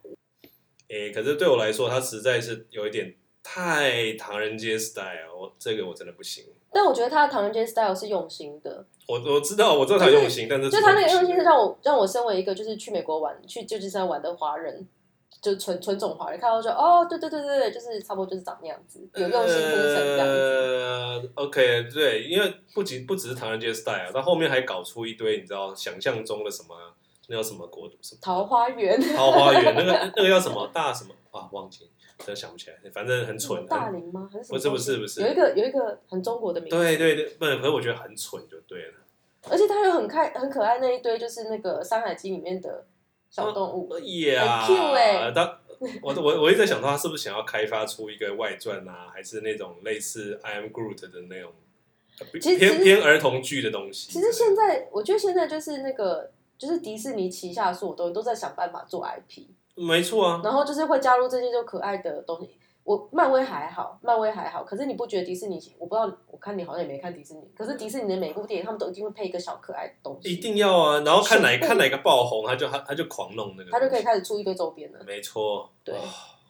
B: 诶、可是对我来说，它实在是有一点太唐人街 style，我这个我真的不行。
A: 但我觉得他的《唐人街 style》是用心的，
B: 我我知道，我知道他用心，但是
A: 就他那个用
B: 真的不
A: 心
B: 行
A: 是让我让我身为一个就是去美国玩去旧金山玩的华人，就纯纯种华人，看到就哦，对对对对对，就是差不多就是长那样子，有用心铺成这样子。
B: 呃，OK，对，因为不仅不只是唐人街 style，他后面还搞出一堆你知道想象中的什么，那叫什么国度什么
A: 桃花源，
B: 桃花源，那个那个叫什么大什么啊，忘记，真想不起来，反正很蠢。
A: 大
B: 很
A: 龄吗？还是什
B: 不
A: 么
B: 是不
A: 东西
B: 是不是
A: 有一，个有一个很中国的名字，
B: 对对对，不能，可是我觉得很蠢就对了。
A: 而且它有很开很可爱那一堆，就是那个《山海经》里面的
B: 哦
A: 小动物，
B: 哎呀，
A: 很 cute 欸
B: 他我我我一直在想，他是不是想要开发出一个外传啊，还是那种类似 I am Groot 的那种呃
A: 其实其
B: 偏
A: 实
B: 偏儿童剧的东西？
A: 其实现在，我觉得现在就是那个，就是迪士尼旗下的所有东西都在想办法做 IP，
B: 没错啊，
A: 然后就是会加入这些就可爱的东西。我漫威还好，漫威还好，可是你不觉得迪士尼？我不知道，我看你好像也没看迪士尼，可是迪士尼的每部电影，他们都一定会配一个小可爱的东
B: 一
A: 西，
B: 定要啊。然后看哪
A: 全部
B: 看哪个爆红，他就他他就狂弄那个，
A: 他就可以。开始出一堆周边了。
B: 没错，
A: 对
B: 哦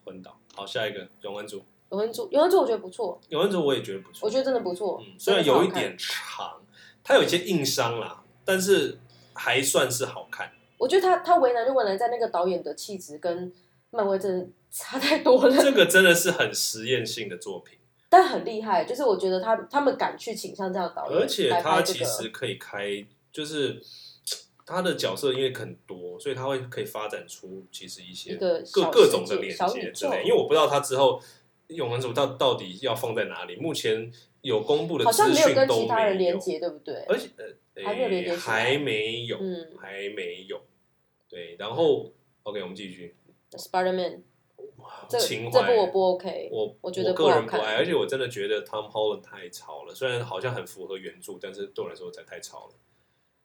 B: 昏倒。好，下一个永恩族，
A: 永恒族，永恒族我觉得不错，
B: 永恩族我也觉得不错，
A: 我觉得真的不错，
B: 嗯，虽然
A: 真的
B: 有
A: 很
B: 一
A: 好看
B: 点长，它有一些硬伤啦，但是还算是好看。
A: 我觉得他他为难就为难在那个导演的气质跟漫威真的差太多 (laughs) 了，
B: 这个真的是很实验性的作品。
A: 但很厉害，就是我觉得他他们敢去请像这样的导演，
B: 而且
A: 来
B: 他
A: 拍这
B: 其
A: 个，
B: 实可以开，就是他的角色因为很多，所以他会可以发展出其实一些
A: 一个
B: 各
A: 小
B: 各种的
A: 世界
B: 连
A: 小
B: 接
A: 宇
B: 之
A: 宙
B: 类。因为我不知道他之后永恒族到到底要放在哪里，目前有公布的
A: 好像
B: 资
A: 没有
B: 讯
A: 跟
B: 都
A: 其他人
B: 没有
A: 连，接，对不对？
B: 而且呃
A: 还没有连接
B: 诶
A: 起来
B: 还没有，
A: 嗯
B: 还没有，对，然后 OK，我们继续。
A: ，Spider Man
B: 哇
A: 这
B: 情
A: 这
B: 怀
A: 部我不 OK，
B: 我
A: 我觉得不
B: 个
A: 好
B: 人不
A: 看
B: 爱，而且我真的觉得 Tom Holland 太吵了。虽然好像很符合原著，但是对我来说才太吵了。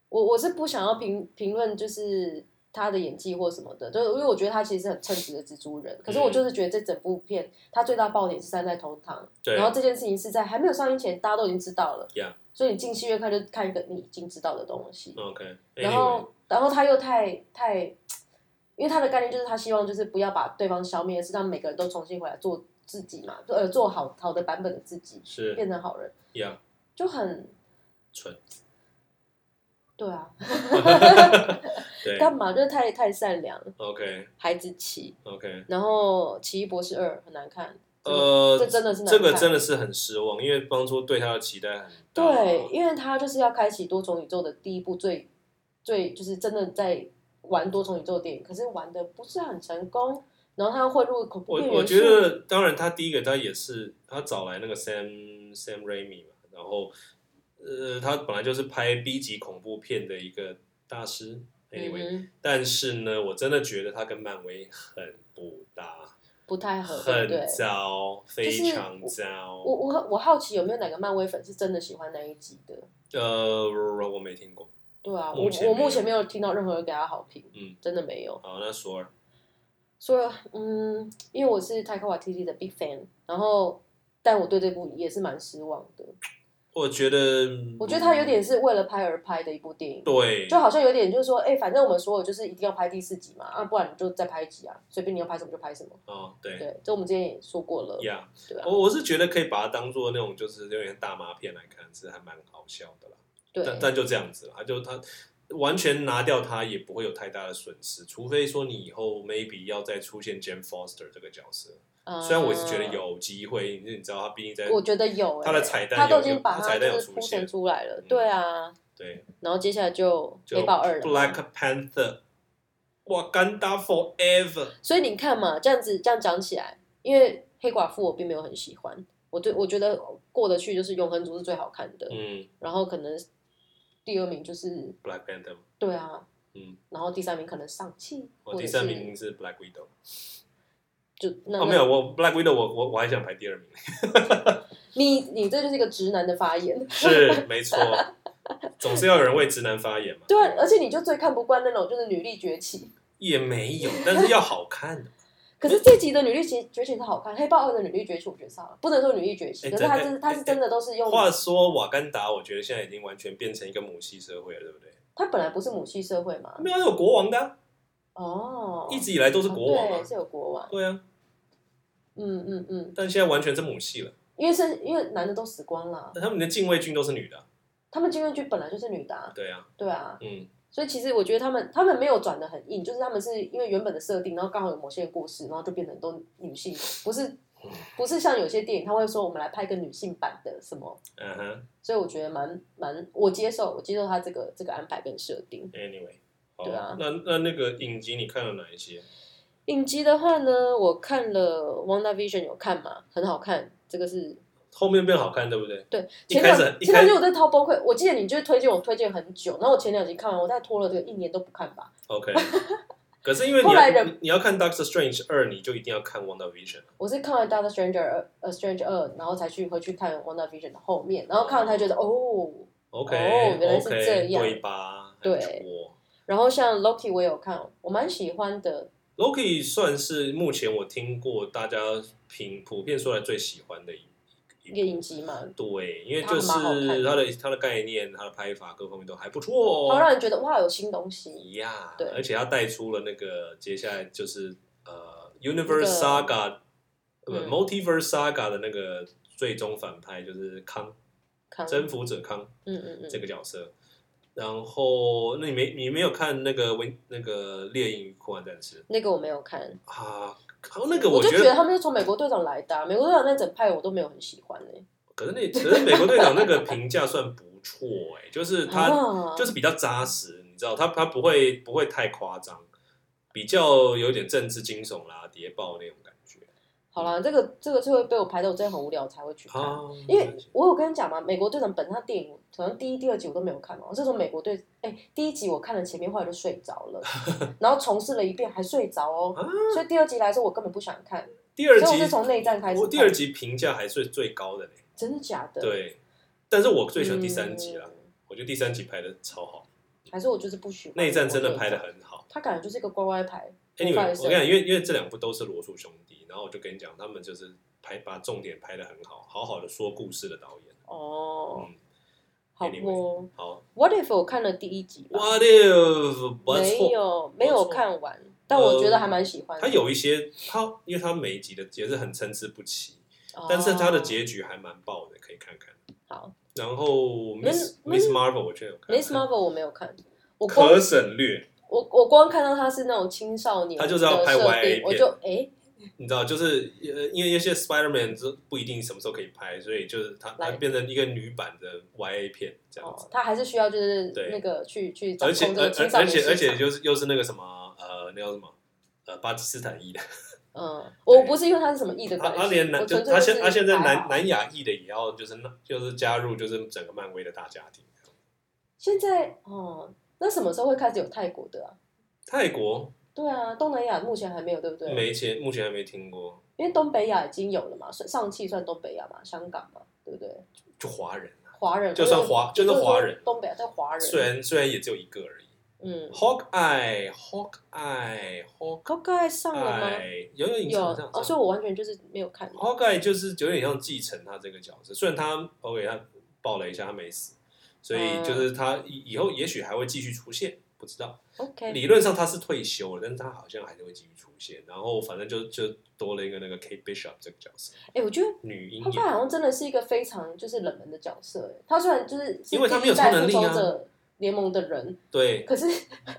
A: 我我是不想要评评论就是他的演技或什么的，就是因为我觉得他其实很称职的蜘蛛人，可是我
B: 嗯
A: 就是觉得这整部片他最大爆点是站在同堂，
B: 对，
A: 然后这件事情是在还没有上映前大家都已经知道了
B: Yeah
A: 所以你进戏院看就看一个你已经知道的东西，
B: OK，
A: 然后然后他又太太，因为他的概念就是他希望就是不要把对方消灭，是让每个人都重新回来做自己嘛，做呃做好好的版本的自己
B: anyway，，是
A: 变成好人，
B: 呀，
A: 就很
B: 蠢，
A: 对啊，
B: 对
A: 干嘛就是太太善良，
B: ，OK
A: 孩子气，
B: OK，
A: 然后《奇异博士二》很难看，这个
B: 呃，
A: 这真的是难
B: 这个
A: 看
B: 真的是很失望，因为当初对他的期待很大。
A: 对，，因为他就是要开启多重宇宙的第一部最最就是真的在玩多重宇宙的电影，可是玩的不是很成功，然后他又混入恐怖
B: 我
A: 片
B: 我
A: 元
B: 觉
A: 素。
B: 得，当然他第一个他也是他找来那个 Sam Sam Raimi 嘛，然后呃，他本来就是拍 B 级恐怖片的一个大师。Anyway，、
A: 嗯哼
B: 但是呢，我真的觉得他跟漫威很不搭，
A: 不太合，对不
B: 很
A: 对？
B: 糟，非
A: 就是
B: 常糟。
A: 我我我好奇有没有哪个漫威粉是真的喜欢那一集的？
B: 呃，我没听过。
A: 对啊，
B: 目
A: 我
B: 前
A: 我
B: 没有
A: 目前没有听到任何人给他好评，
B: 嗯，
A: 真的没有。
B: 好，那索尔，
A: 所以嗯，因为我是 Taika Waititi 的 big fan，然后但我对这部也是蛮失望的。
B: 我觉得，嗯
A: 我觉得他有点是为了拍而拍的一部电影，
B: 对，
A: 就好像有点就是说，哎、反正我们说的就是一定要拍第四集嘛，啊，不然你就再拍一集啊，随便你要拍什么就拍什么。
B: 哦，对，哦
A: 对，这我们之前也说过了，
B: 呀，
A: 对啊，
B: 我我是觉得可以把它当做那种就是有点大麻片来看，是还蛮好笑的啦。但
A: 对，
B: 但就这样子啦，他就他完全拿掉他也不会有太大的损失，除非说你以后 maybe 要再出现 Jane Foster 这个角色。
A: 呃
B: 虽然我是觉得，有机会，因为你知道他毕竟在
A: 我觉得有、欸，
B: 他的彩蛋
A: 他都
B: 有
A: 已经把
B: 有彩蛋有
A: 就是
B: 出
A: 铺陈
B: 现，
A: 出来了，
B: 嗯
A: 对啊，
B: 对，
A: 然后接下来就
B: 就
A: 黑豹二了嘛
B: Black Panther，哇，干达 Forever，
A: 所以你看嘛，这样子这样讲起来，因为黑寡妇我并没有很喜欢，我对我觉得过得去就是永恒族是最好看的，
B: 嗯
A: 然后可能第二名就是
B: ，Black Panther，
A: 对啊，
B: 嗯，
A: 然后第三名可能上气，
B: 我
A: 或
B: 第
A: 者
B: 三
A: 是
B: 名是 Black Widow，
A: 就那、
B: 哦，没有，，我 Black Widow，我我我还想排第二名，
A: 你你这就是一个直男的发言， (laughs)
B: 是没错，总是要有人为直男发言嘛，
A: 对啊，而且你就最看不惯那种就是女力崛起，
B: 也没有，但是要好看啊
A: (laughs)
B: 的，
A: 可是这集的女力崛崛起是好看，黑豹二的女力崛起我觉得是好看，不能说女力崛起，
B: 哎
A: 可是它
B: 真
A: 是
B: 的
A: 它是真的都是用，
B: 话说瓦干达，我觉得现在已经完全变成一个母系社会了，对不对？
A: 它本来不是母系社会嘛，
B: 没有，它有国王的啊，
A: 哦，
B: 一直以来都是国王
A: 对，
B: 啊，
A: 是有国王，
B: 对啊，
A: 嗯嗯嗯，
B: 但现在完全是母系了，
A: 因为是因为男的都死光了，
B: 他们的禁卫军都是女的啊，
A: 他们禁卫军本来就是女的、啊，
B: 对啊，
A: 对啊，
B: 嗯。
A: 所以其实我觉得他们他们没有转的很硬，就是他们是因为原本的设定，然后刚好有某些故事，然后就变成都女性，不是不是像有些电影他会说我们来拍个女性版的什么，
B: 嗯哼
A: 所以我觉得蛮蛮我接受我接受他这个这个安排跟设定。
B: ，Anyway，好
A: 对啊
B: 那那那个影集你看了哪一些？
A: 影集的话呢，我看了《Wanda Vision》有看嘛，很好看，这个是
B: 后面变好看，对不对？
A: 对，
B: 一
A: 前
B: 开
A: 两
B: 始一
A: 前
B: 开
A: 两
B: 始
A: 天我在掏崩溃，我记得你就是推荐我推荐很久，然后我前两集看完，我大概拖了这个一年都不看吧。 (laughs)
B: OK。可是因为你
A: 后来
B: 要
A: 人
B: 你你要看 Doctor Strange 二，你就一定要看 Wanda Vision
A: 我是看完《Doctor Stranger 二》呃《Strange 二》，然后才去回去看《Wanda Vision》的后面，然后看完才觉得
B: 嗯
A: 哦。
B: OK
A: 哦原来是
B: OK，
A: 这样
B: 对吧？
A: 对
B: 很多
A: 然后像 Loki 我也有看，我蛮喜欢的。
B: Loki 算是目前我听过大家平普遍说来最喜欢的一
A: 一个影集嘛，
B: 对，因为
A: 它
B: 就
A: 蛮
B: 是
A: 好看的
B: 它的它的概念、它的拍法各方面都还不错、哦。
A: 它让人觉得哇有新东西。
B: 一样，
A: 对
B: 而且他带出了那个接下来就是呃
A: 那个
B: ，Universe Saga，不、呃
A: 嗯
B: Multiverse Saga 的那个最终反派就是康，
A: 看，
B: 征服者康
A: 嗯嗯
B: 这
A: 嗯，
B: 个角色。然后，那你没你没有看那个维那个猎鹰与酷玩战士
A: 那个我没有看，
B: 啊？靠那个
A: 我就
B: 觉
A: 觉得他们是从美国队长来的啊、美国队长那整派我都没有很喜欢欸呢、
B: 可是那可是美国队长那个评价算不错哎、就是他
A: 啊
B: 就是比较扎实，你知道，他他不会不会太夸张，比较有点政治惊悚啦、谍报那种感觉
A: 好啦，这个这个是会被我排的，我真的很无聊我才会去看。
B: 啊。
A: 因为我有跟你讲嘛，美国队长本身他电影好像第一、第二集我都没有看嘛，我是从美国队哎、第一集我看了前面，后来就睡着
B: (laughs)
A: 了，然后重试了一遍还睡着哦，
B: 啊
A: 所以第二集来说我根本不想看，
B: 第二
A: 所以我
B: 集
A: 是从内战开始
B: 我
A: 看。
B: 第二集评价还是最高的嘞，
A: 真的假的？，
B: 对，但是我最喜欢第三
A: 嗯
B: 集啦，我觉得第三集拍的超好，
A: 还是我就是不喜欢
B: 内战真的拍的
A: 的，
B: 很好。
A: 他感觉就是一个乖乖牌。不
B: Anyway，
A: 好意
B: 我
A: 思
B: 跟你讲，因为因为这两部都是罗素兄弟，然后我就跟你讲，他们就是拍把重点拍的很好，好好的说故事的导演。
A: 哦，
B: 嗯，
A: 好哦
B: anyway
A: 不
B: 好
A: ，What if 我看了第一集吧，
B: ，What if 不
A: 没
B: 错，
A: 有没有
B: 不错呃
A: 看完，但我觉得还蛮喜欢的。
B: 他有一些他，因为他每一集的也是很参差不齐，
A: 哦，
B: 但是他的结局还蛮爆的，可以看看。
A: 好
B: 然后 Miss
A: Miss-
B: Miss Marvel 我觉得有看
A: ，Miss Marvel 我没有看，我光
B: 可省略，
A: 我我光看到他是那种青少年的
B: 他
A: 设
B: 就
A: 定，
B: 是要拍 YA 片
A: 我就诶，
B: 你知道，就是呃，因为一些 Spider Man 这不一定什么时候可以拍，所以就是它它
A: 来
B: 变成一个女版的 YA 片这样
A: 哦
B: 子，，
A: 他还是需要就是
B: 对
A: 那个去去掌
B: 而且
A: 控这
B: 而
A: 个青少
B: 而而
A: 年
B: 且
A: 市
B: 而且
A: 场
B: 就是又是那个什么呃，那叫什么呃，巴基斯坦裔的，
A: 嗯，我不是因为他是什么意的
B: 他
A: 关系，
B: 他啊连
A: 我
B: 南就
A: 纯粹
B: 他
A: 就
B: 现
A: 是
B: 他现在
A: 还
B: 南
A: 好
B: 南亚裔的也要就是那就是加入就是整个漫威的大家庭。
A: 现在哦，那什么时候会开始有泰国的啊？
B: 泰国
A: 对啊，东南亚目前还没有，对不对？
B: 没钱，目前还没听过，
A: 因为东北亚已经有了嘛，算上汽算东北亚嘛，香港嘛，对不对？
B: 就华人啊，
A: 华人
B: 就算华
A: 就是
B: 就是华人
A: 东北亚叫华人，
B: 虽然虽然也只有一个而已。
A: 嗯，
B: Hawkeye，Hawkeye，Hawkeye，
A: 高盖上了吗？
B: 有有影
A: 有
B: 响这样啊
A: 哦，所以我完全就是没有看。
B: Hawkeye 就是有点像继承他这个角色，虽然他 OK 他爆了一下，他没死，所以
A: 嗯
B: 就是他以以后也许还会继续出现，不知道。
A: OK，
B: 理论上他是退休了，但是他好像还是会继续出现。然后反正就就多了一个那个 Kate Bishop 这个角色，
A: 哎，我觉得
B: 女鹰
A: 他
B: 眼
A: 爸好像真的是一个非常就是冷门的角色，哎，他虽然就是
B: 因为他没有
A: 第一代
B: 超能力啊
A: 复仇者联盟的人，
B: 对，
A: 可是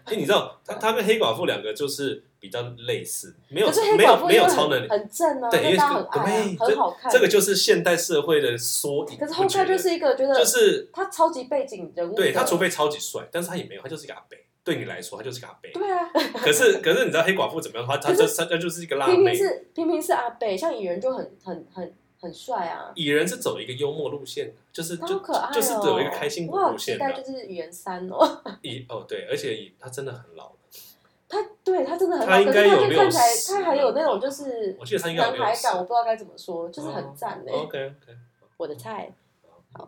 B: 哎，你知道他他跟黑寡妇两个就是比较类似，没有
A: 可是黑
B: 没
A: 寡
B: 有
A: 妇
B: 没
A: 因为
B: 有
A: 很
B: 超能力，
A: 很正啊，
B: 对，因
A: 跟
B: 为
A: 大家很爱、啊
B: 对，
A: 很好看。
B: 这个就是现代社会的缩影。
A: 可是
B: 我
A: 后
B: 觉
A: 盖
B: 得
A: 就是一个觉得
B: 就是
A: 他超级背景人物的，
B: 对他，除非超级帅，但是他也没有，他就是一个阿北。对你来说，他就是个阿北。
A: 对啊，
B: 可是可是你知道黑寡妇怎么样？她她
A: 可
B: 这她她就是一个辣
A: 偏
B: 妹
A: 偏。是偏偏是阿北，像蚁人就很很很很帅啊，
B: 蚁人是走一个幽默路线的，就是
A: 他好
B: 就
A: 可爱哦、
B: 就是走一个开心
A: 我
B: 果
A: 好
B: 路
A: 期
B: 线
A: 待就
B: 的。啊
A: 是蚁人三哦，
B: 蚁哦对，而且蚁他真的很老了，
A: 他对他真的很
B: 他
A: 好，
B: 应
A: 可
B: 该
A: 是他
B: 有
A: 就看起来
B: 60
A: 他还有那种就是
B: 我记得他应该有
A: 男
B: 六
A: 孩
B: 十哦
A: 感，。我不知道该怎么说，就是很赞哎、
B: OK OK，
A: 我的菜。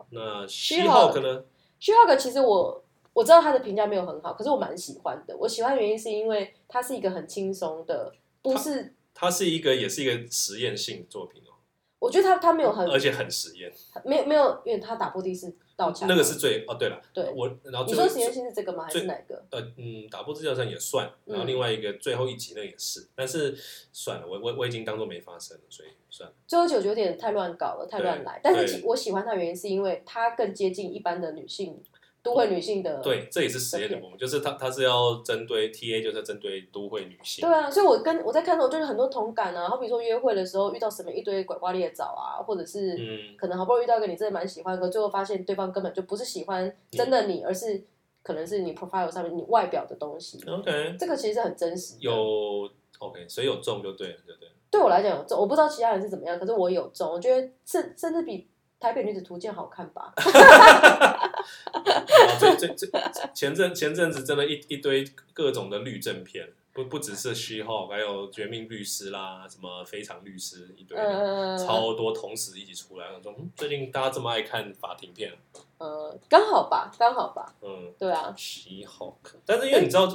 B: 那西
A: She-Hulk
B: 浩可能
A: 徐浩格其实我我知道他的评价没有很好，可是我蛮喜欢的。我喜欢的原因是因为他是一个很轻松的，不是
B: 它是一个也是一个实验性作品哦，
A: 我觉得他他没有很
B: 而且很实验。
A: 没有没有，因为他打破第四道墙，
B: 那个是最哦对了，
A: 对
B: 我然后
A: 你
B: 最
A: 说
B: 后
A: 实验性是这个吗？还是哪个？
B: 呃，嗯，打破自教战也算，然后
A: 嗯
B: 另外一个最后一集那也是，但是算了，我我我已经当做没发生了，所以算了。
A: 最后九有点太乱搞了，太乱来。但是其我喜欢他的原因是因为他更接近一般的女性，都会女性的。
B: 对，这也是实验的部分，就是他他是要针对 T A，就是要针对都会女性。
A: 对啊，所以我跟我在看的时候就是很多同感啊，好比说约会的时候遇到什么一堆拐瓜裂枣啊，或者是
B: 嗯，
A: 可能好不容易遇到一个你真的蛮喜欢，可最后发现对方根本就不是喜欢真的你，而是可能是你 profile 上面你外表的东西。
B: OK，
A: 这个其实是很真实的。
B: 嗯有 OK，所以有中就对了，对不对？
A: 对我来讲有中，我不知道其他人是怎么样，可是我有中，我觉得甚甚至比台北女子图鉴好看
B: (laughs)
A: 吧。
B: 然后最最最前阵前阵子真的一一堆各种的律政片，不不只是虚号，还有绝命律师啦，什么非常律师一堆的。
A: 呃，
B: 超多同时一起出来，那种嗯最近大家这么爱看法庭片，
A: 呃，刚好吧，刚好吧，
B: 嗯，
A: 对啊，
B: 奇好看。但是因为你知道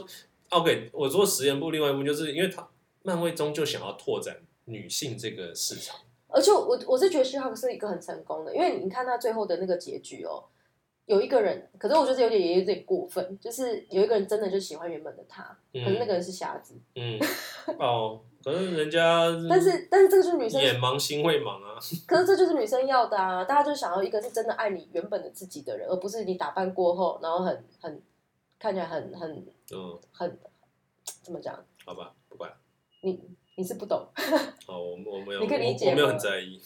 B: ，OK，我做实验部另外一部分就是因为他漫威终究想要拓展女性这个市场，
A: 而且我我是觉得徐浩是一个很成功的，因为你看他最后的那个结局哦，有一个人，可是我觉得有点也有点过分，就是有一个人真的就喜欢原本的他，
B: 嗯
A: 可是那个人是瞎子，
B: 嗯，哦，可是人家
A: 但是但是这个就是女生，
B: 眼盲心会盲啊，
A: 可是这就是女生要的啊，大家就想要一个是真的爱你原本的自己的人，而不是你打扮过后，然后很很看起来很很
B: 嗯，
A: 很怎么讲，
B: 好吧，不管，
A: 你你是不懂，
B: 哦，我我没有，
A: 你可以理解
B: 我，我没有
A: 吗
B: 很在意。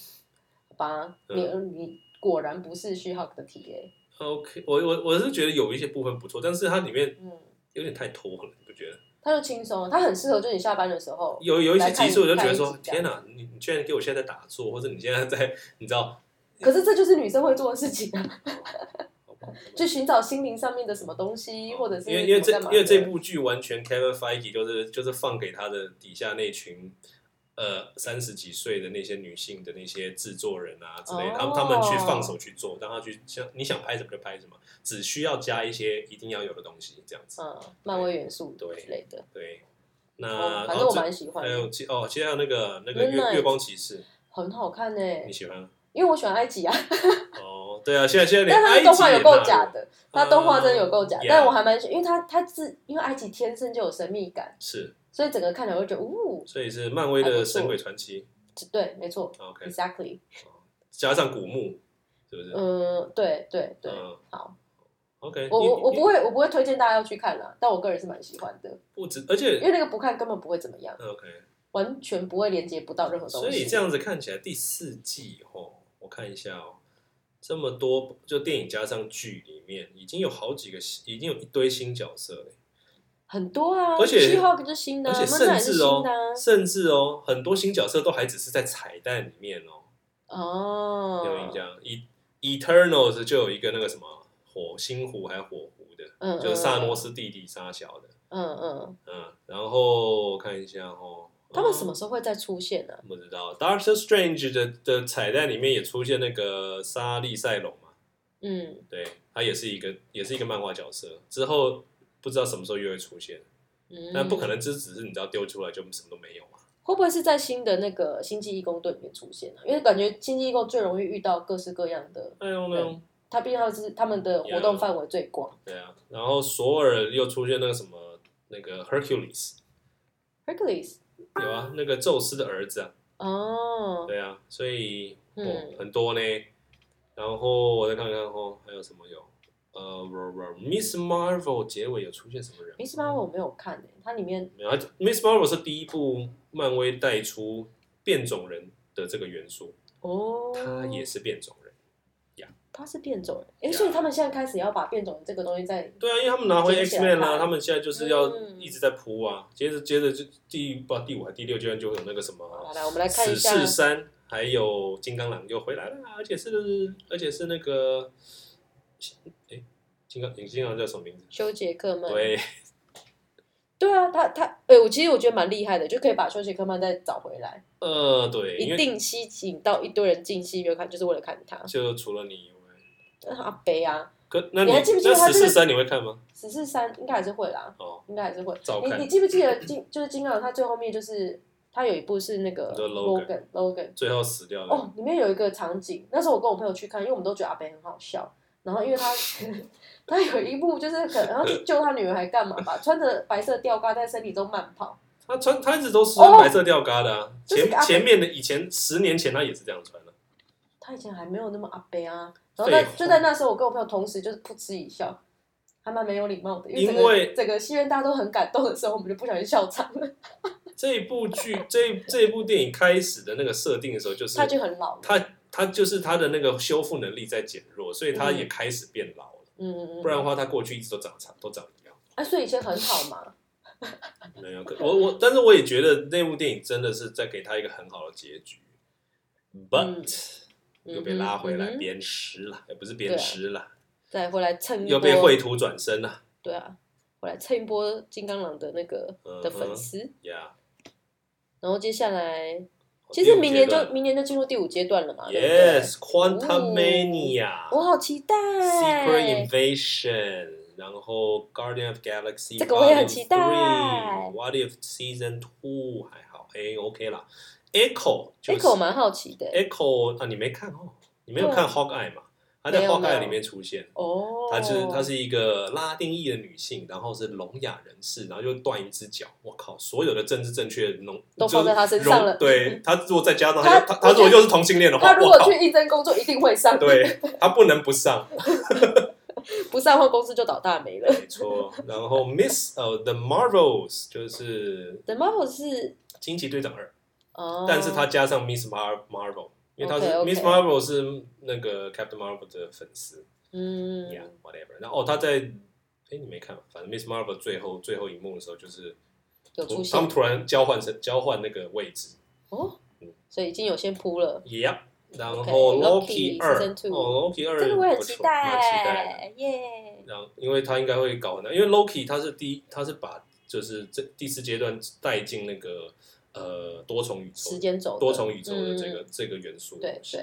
A: 好吧？你
B: 啊
A: 你果然不是徐浩的 TA，
B: OK，我我我是觉得有一些部分不错，但是它里面
A: 嗯。
B: 有点太拖了，你不觉得？
A: 他就轻松，他很适合，就是你下班的时候，
B: 有有一些
A: 来看
B: 集数，我就觉得
A: 看一
B: 说，
A: 集这样
B: 天哪，你你居然给我现在在打坐，或者你现在在，你知道，
A: 可是这就是女生会做的事情啊， (laughs)
B: 好吧
A: 去寻找心灵上面的什么东西，或者是
B: 哦因为因为这
A: 干嘛
B: 因
A: 的
B: 为这部剧完全 Kevin Feige 就是就是放给他的底下那群呃三十几岁的那些女性的那些制作人啊之类的，
A: 哦
B: 他们他们去放手去做，让他去想你想拍什么就拍什么，只需要加一些一定要有的东西这样子。
A: 嗯，漫威元素
B: 对
A: 之类的，
B: 对，那、
A: 哦
B: 然
A: 反正
B: 后
A: 我
B: 这
A: 蛮喜欢
B: 还有
A: 的，
B: 其哦，其实还有那个那个
A: Moonlight
B: 月月光骑士，
A: 很好看呢、
B: 你喜欢？
A: 因为我喜欢埃及啊，
B: 哦，对啊，现在现在连
A: 但它
B: 埃
A: 的
B: 及
A: 动画
B: 也
A: 有够
B: 纳
A: 假
B: 入，
A: 的，它动画真的有够假
B: 嗯，
A: 但
B: yeah
A: 我还蛮喜，因为它它自因为埃及天生就有神秘感，
B: 是，
A: 所以整个看起来会觉得，呜，
B: 所以是漫威
A: 还
B: 的
A: 不
B: 《
A: 错
B: 神鬼传奇啊
A: 对，没错》
B: ，OK，
A: ，exactly，
B: 加上古墓，是不是？
A: 嗯，对对对，
B: 嗯
A: 好，
B: OK，
A: 我
B: 你
A: 我我
B: 你
A: 不会我不会推荐大家要去看啦，但我个人是蛮喜欢的，
B: 不止，而
A: 因
B: 且嗯
A: 为那个不看根本不会怎么样。
B: OK，
A: 完全不会连接不到任何东西。
B: 所以这样子看起来第四季哦，我看一下哦，这么多就电影加上剧里面已经有好几个新，已经有一堆新角色了。
A: 很多啊，
B: 而且
A: 序号就是新的、
B: 而
A: 啊，
B: 且
A: 闷奶
B: 甚
A: 是
B: 至
A: 新
B: 哦
A: 的、啊，
B: 甚至哦，很多新角色都还只是在彩蛋里面哦。
A: 哦，
B: 有印象，E Eternals 就有一个那个什么火星湖还是火湖的，
A: 嗯，嗯，
B: 就是萨诺斯弟弟沙小的，
A: 嗯，嗯嗯，
B: 嗯，然后我看一下哦，
A: 他们
B: 嗯
A: 什么时候会再出现啊呢、
B: 不知道，Doctor Strange 的的彩蛋里面也出现那个莎莉赛隆嘛，
A: 嗯，
B: 对，他也是一个也是一个漫画角色，之后不知道什么时候又会出现，
A: 嗯，
B: 但不可。能这只是你知道丢出来就什么都没有嘛，
A: 会不会是在新的那个《星际义工队》里面出现呢、啊因为感觉《星际义工》最容易遇到各式各样的，
B: 哎呦
A: 对它毕竟它是他们的活动范围最广。
B: 对啊，然后索尔又出现那个什么那个 Hercules，
A: Hercules，
B: 有啊，那个宙斯的儿子啊，
A: 哦，
B: 对啊，所以、
A: 嗯
B: 哦、很多呢，然后我再看看哦，还有什么有，呃，Miss Marvel 结尾有出现什么人？
A: Miss Marvel 我没有看诶、欸它里面
B: 没有它，Miss 啊 Marvel 是第一部漫威带出变种人的这个元素，
A: 哦，
B: 他也是变种人。
A: 他是变种人，欸诶，所以他们现在开始要把变种人这个东西在
B: 对啊，因为他们拿回
A: 接
B: X
A: 起来
B: Man 啦、
A: 看
B: 他们现在就是要
A: 嗯
B: 一直在铺啊，接着接着就第不知道第五还第六阶段就有那个什么
A: 来来，我们来看
B: 死
A: 一下
B: 侍三，还有金刚狼又回来了，而且是而且是那个哎，金刚金刚狼叫什么名字？
A: 修杰克曼。
B: 对，
A: 对啊，他他诶，我其实我觉得蛮厉害的，就可以把修杰克曼再找回来，
B: 呃，对，因
A: 一
B: 为
A: 定吸引到一堆人进戏院看，就是为了看他。
B: 就除了你以外，
A: 但是阿北啊，
B: 可那
A: 你还记不记得
B: 那
A: 他
B: 死
A: 这个
B: 侍三你会看吗？
A: 十四三应该还是会啦，
B: 哦，
A: 应该还是会。
B: 照
A: 你
B: 看
A: 你，记不记得金就是金刚狼，他最后面就是他有一部是那个
B: 你说 Logan
A: Logan
B: 最后死掉了。
A: 哦，里面有一个场景，那时候我跟我朋友去看，因为我们都觉得阿北很好笑。然后因为他 (laughs) 他有一幕就是可能要去救他女儿还干嘛吧，穿着白色吊嘎在身体中慢跑，
B: 他穿他一直都是穿白色吊嘎的啊，
A: 哦就是
B: 前
A: 个阿伯
B: 前面的以前十年前他也是这样穿的。
A: 他以前还没有那么阿北啊。然后在
B: 废话
A: 就在那时候，我跟我朋友同时就是噗嗤一笑，还蛮没有礼貌的，因为整个
B: 因为
A: 整个戏院大家都很感动的时候，我们就不小心笑场了。
B: 这一部剧这这一部电影开始的那个设定的时候，就是
A: 他就很老了，
B: 他他就是他的那个修复能力在减弱，所以他
A: 嗯
B: 也开始变老了。
A: 嗯嗯嗯，
B: 不然的话，他过去一直都长长都长一样。
A: 啊，所以以前很好嘛，嗯
B: 没有，可我我，但是我也觉得那部电影真的是在给他一个很好的结局，but、又被拉回来
A: 嗯嗯哼嗯哼啊
B: 鞭尸了，也不是鞭尸了，
A: 再回来蹭一波，
B: 又被绘图转身了，
A: 对啊，回来蹭一波金刚狼的那个
B: 嗯
A: 的粉
B: 哼
A: 丝。
B: 呀、
A: 然后接下来，
B: yeah,。
A: 其实明年就明年就进入第五阶段了嘛对不对哦
B: Yes, Quantum Mania,、
A: 我好期待
B: Secret Invasion，然后 Guardian of Galaxy，
A: 这个我也很期待
B: Volume 3 What if Season Two 还好？哎，OK 啦。Echo 就是
A: Echo 蛮好奇的
B: Echo 啊，你没看哦？你没有
A: 对啊
B: 看 Hawkeye 嘛？他在
A: 没有没
B: Hawkeye
A: 有
B: 里面出现，
A: 哦，
B: 她就是她是一个拉丁裔的女性，然后是聋哑人士，然后就断一只脚。我靠，所有的政治正确浓
A: 都放在她身上了
B: 就是
A: (laughs)
B: 容对她如果再加上
A: 她
B: 她她她如果又是同性恋的话，
A: 他如
B: 我
A: 果
B: 靠，
A: 去应征工作一定会上，
B: (laughs) 对她不能不上。
A: 不上的话公司就倒大霉了。
B: 没错，然后 Miss 呃 The Marvels 就是
A: The Marvel 是
B: 惊奇队长二，
A: 哦，
B: 但是他加上 Miss Mar Marvel，因为他是
A: OK，OK
B: Miss Marvel 是那个 Captain Marvel 的粉丝
A: 嗯
B: ，Yeah whatever。然后哦他在哎你没看吧，反正 Miss Marvel 最后最后一幕的时候就是
A: 有出
B: 他们
A: 现
B: 突然交换身交换那个位置
A: 哦，所以已经有先铺了，
B: ，Yeah。然后
A: OK，Loki
B: Loki 二
A: season two
B: 哦 Loki 二
A: 这个我很
B: 不
A: 期
B: 错蛮期待的。
A: 待，耶！
B: 然后，因为他应该会搞很大，因为 Loki 他是第一，他是把就是这第四阶段带进那个呃多重宇
A: 时
B: 宙、
A: 间轴的
B: 多重宇宙的这个、这个元素的
A: 对
B: 东西。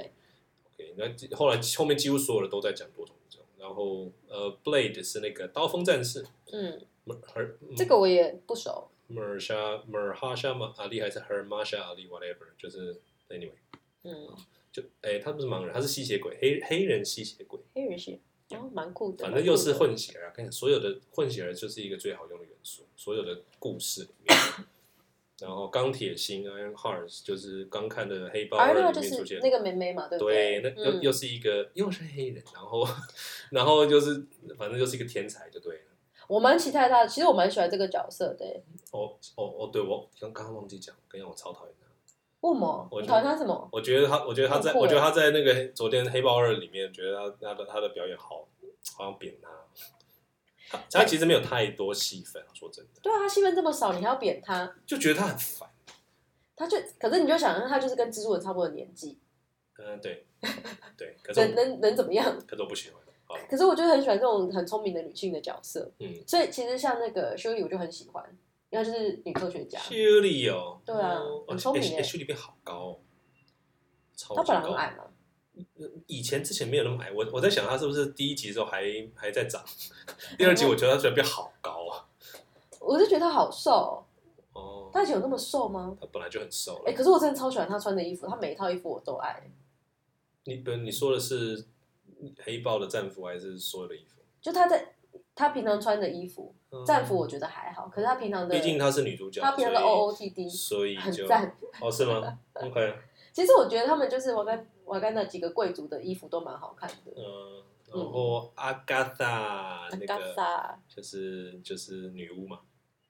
A: 对，
B: OK，那几后来后面几乎所有的都在讲多重宇宙。然后呃，Blade 是那个刀锋战士，
A: 嗯，
B: Her
A: 这个我也不熟，
B: Mersha Merhasha 嘛阿丽还是 Hermasha 阿丽 whatever，就是 anyway
A: 嗯，
B: 就哎他不是盲人，他是吸血鬼，黑黑人吸血鬼，
A: 黑人是，然后蛮酷的，
B: 反
A: 蛮
B: 正
A: 酷
B: 又是
A: 的
B: 混血儿啊！跟你讲所有的混血儿就是一个最好用的元素，所有的故事里面。然后钢铁心 Iron Heart 就是刚看的黑豹
A: 而
B: 二
A: 那
B: 里
A: 就
B: 面出
A: 是
B: 现，
A: 那个妹妹嘛，对不
B: 对，那又、
A: 嗯
B: 又是一个又是黑人，然后 (laughs) 然后就是反正就是一个天才就对了。
A: 我蛮期待她的，其实我蛮喜欢这个角色的欸。
B: 哦哦哦，对我刚刚刚忘记讲，跟你讲我超讨厌他。
A: 为什么？
B: 我
A: 你
B: 觉
A: 讨
B: 得
A: 厌她什么？
B: 我觉得他，我觉得他在，
A: 很酷欸
B: 我觉得他在那个昨天黑豹二里面，觉得他他的他的表演好，好像扁他。他他其实没有太多戏份，说真的。
A: 对啊，她戏份这么少，你还要贬她？
B: 就觉得他很烦。
A: 她就可是你就想，她就是跟蜘蛛人差不多的年纪，
B: 嗯，对，对，
A: (laughs)
B: 可是
A: 能
B: 我
A: 能能怎么样？
B: 可是我不喜欢。好，
A: 可是我就很喜欢这种很聪明的女性的角色，
B: 嗯，
A: 所以其实像那个修理我就很喜欢，因为她就是女科学家，
B: 修理哦，
A: 对啊
B: 哦
A: 很聪明
B: 哎
A: 耶
B: 哎修理变好高哦，超
A: 她
B: 级
A: 本来很
B: 高。嗯
A: 矮嘛，
B: 以前之前没有那么矮，我我在想他是不是第一集的时候还还在长， (laughs) 第二集我觉得他突然变好高啊。
A: 我就觉得她好瘦哦，
B: 哦，
A: 她以前有那么瘦吗？
B: 他本来就很瘦
A: 哎、
B: 了。
A: 可是我真的超喜欢她穿的衣服，她每一套衣服我都爱，
B: 你不，你说的是黑豹的战服还是所有的衣服？
A: 就她在她平常穿的衣服，
B: 嗯
A: 战服，我觉得还好，可是她平常的，
B: 毕竟她是女主角，
A: 她平常的
B: 所以
A: OOTD
B: 所以
A: 很
B: 就
A: 赞。
B: 哦是
A: (laughs)
B: 吗？OK，
A: 其实我觉得他们就是瓦干瓦干达几个贵族的衣服都蛮好看的，
B: 嗯，然后阿嘎达
A: 阿
B: 那
A: 嘎
B: 个
A: 萨，
B: 就是就是女巫嘛，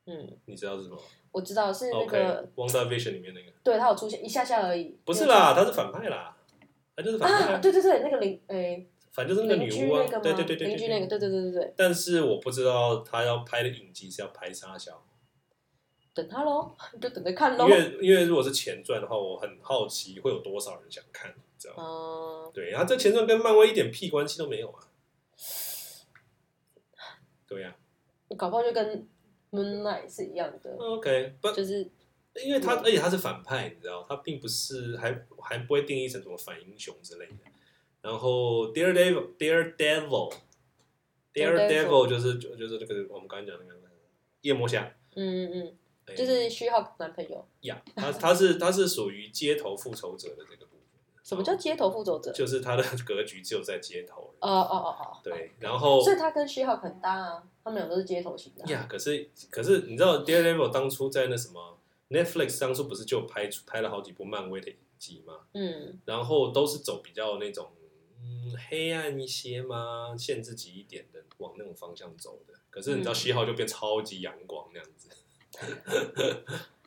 A: 嗯，
B: 你知道是什么
A: 我知道是那个，
B: ？OK，WandaVision 里面那个
A: 对他有出现一下下而已，
B: 不是
A: 没有
B: 啦，她是反派啦，她就是反
A: 啊，
B: 派啊，
A: 对对对，那个邻诶
B: 反正就是那个
A: 邻
B: 女
A: 居
B: 巫啊
A: 那个，吗？
B: 对对对对，
A: 邻居那个，对对对对对，
B: 但是我不知道他要拍的影集是要拍啥小，
A: 等他喽，就等着看
B: 因
A: 喽。
B: 为因为如果是前传的话，我很好奇会有多少人想看，你知道吗？
A: 嗯，
B: 对，然后这前传跟漫威一点屁关系都没有啊。对呀、
A: 搞不好就跟 Moonlight 是一样的，
B: OK，不，
A: 就是
B: 因为他而且他是反派，你知道，他并不是还还不会定义成什么反英雄之类的。然后 Daredevil，Daredevil，Daredevil 就是就就是那个我们刚才讲那个夜魔侠，
A: 嗯嗯
B: 哎
A: 嗯，就是虚号男朋友。
B: 呀，他他是他是属于街头复仇者的这个部分。
A: 什么叫街头复仇者？
B: 哦就是他的格局只有在街头了。
A: 哦哦哦哦，
B: 对，然后
A: 所以他跟虚号很搭啊，他们俩都是街头型的啊。
B: 呀，可是可是你知道 Daredevil 当初在那什么 Netflix 当初不是就拍出拍了好几部漫威的影集吗？
A: 嗯
B: 然后都是走比较那种嗯黑暗一些嘛，限制级一点的，往那种方向走的。可是你知道
A: 嗯
B: 西号就变超级阳光那样子。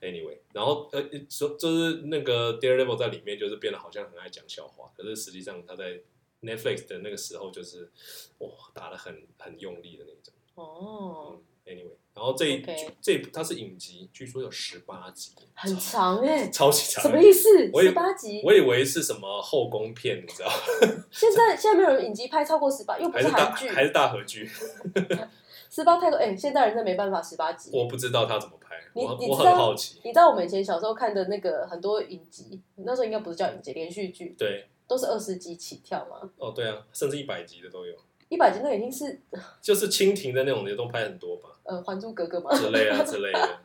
B: Anyway，然后呃，说就是那个 Daredevil 在里面就是变得好像很爱讲笑话，可是实际上他在 Netflix 的那个时候就是哇打的很很用力的那种。
A: 哦，
B: 嗯，Anyway，然后这一
A: OK
B: 这一部它是影集，据说有十八集，
A: 很长哎，
B: 超级长。
A: 什么意思？
B: 我以
A: 十八集？
B: 我以为是什么后宫片，你知道吗，
A: 现在现在没有人影集拍超过十八，又不
B: 还是大
A: 韩剧，
B: 还是大合剧？
A: 十八太多哎，现代人真没办法十八集。
B: 我不知道他怎么拍，
A: 你
B: 我
A: 你
B: 我
A: 知
B: 很
A: 道
B: 好奇。
A: 你知道我们以前小时候看的那个很多影集，那时候应该不是叫影集，连续剧
B: 对，
A: 都是二十集起跳嘛，
B: 哦对啊，甚至一百集的都有，
A: 一百集那已经是
B: 就是蜻蜓的那种也都拍很多吧，
A: 呃《还珠格格》
B: (laughs)
A: 嘛。
B: 之类啊之类的。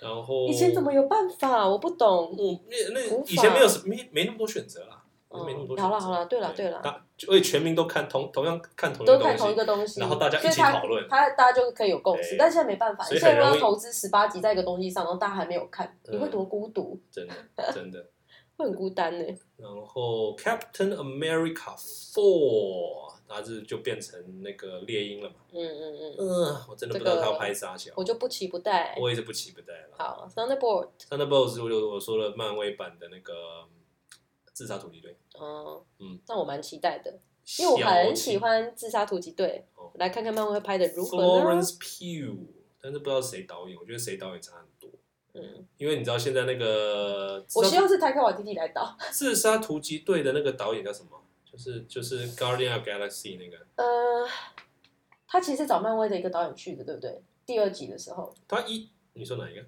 B: 然后
A: 以前怎么有办法？我不懂。
B: 我那那
A: 无法
B: 以前没有什没没那么多选择啦，
A: 嗯
B: 没那么多选择。
A: 好啦好啦对啦对啦
B: 大就而且全民都看同同样看同一个
A: 都看
B: 东
A: 同一
B: 西，
A: 个东西，
B: 然后大家一起
A: 所以他
B: 讨论
A: 他大家就可以有共识
B: 对。
A: 但现在没办法，
B: 所
A: 你
B: 以
A: 现在
B: 很
A: 如
B: 容易
A: 果要投资十八集在一个东西上，然后大家还没有看，
B: 嗯
A: 你会多孤独，
B: 真的真的。
A: 会很孤单呢。
B: 然后 Captain America Four，它是就变成那个猎鹰了嘛？
A: 嗯嗯嗯，
B: 嗯、我真的不知道他要拍啥小，
A: 我就不期不待。
B: 我也是不期不待了。
A: 好，Thunderbolt，
B: Thunderbolts 我就我说了，漫威版的那个自杀突击队，
A: 嗯
B: 嗯
A: 嗯，那我蛮期待的，因为我很喜欢《自杀突击队
B: 哦》，
A: 来看看漫威会拍的如何呢？
B: Florence Pugh，但是不知道谁导演，我觉得谁导演差很多。
A: 嗯，
B: 因为你知道现在那个
A: 我希望是泰克瓦蒂蒂来导。
B: 自杀突击队的那个导演叫什么？就是就是《Guardian of Galaxy》那个，
A: 呃，他其实是找漫威的一个导演去的，对不对？第二集的时候，《
B: 他一你说哪一个？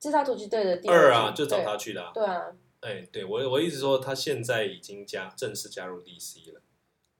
A: 自杀突击队》的第
B: 二
A: 集
B: 啊，就找
A: 对
B: 他去的、啊。
A: 对啊，
B: 哎，对我我一直说他现在已经加正式加入 DC 了，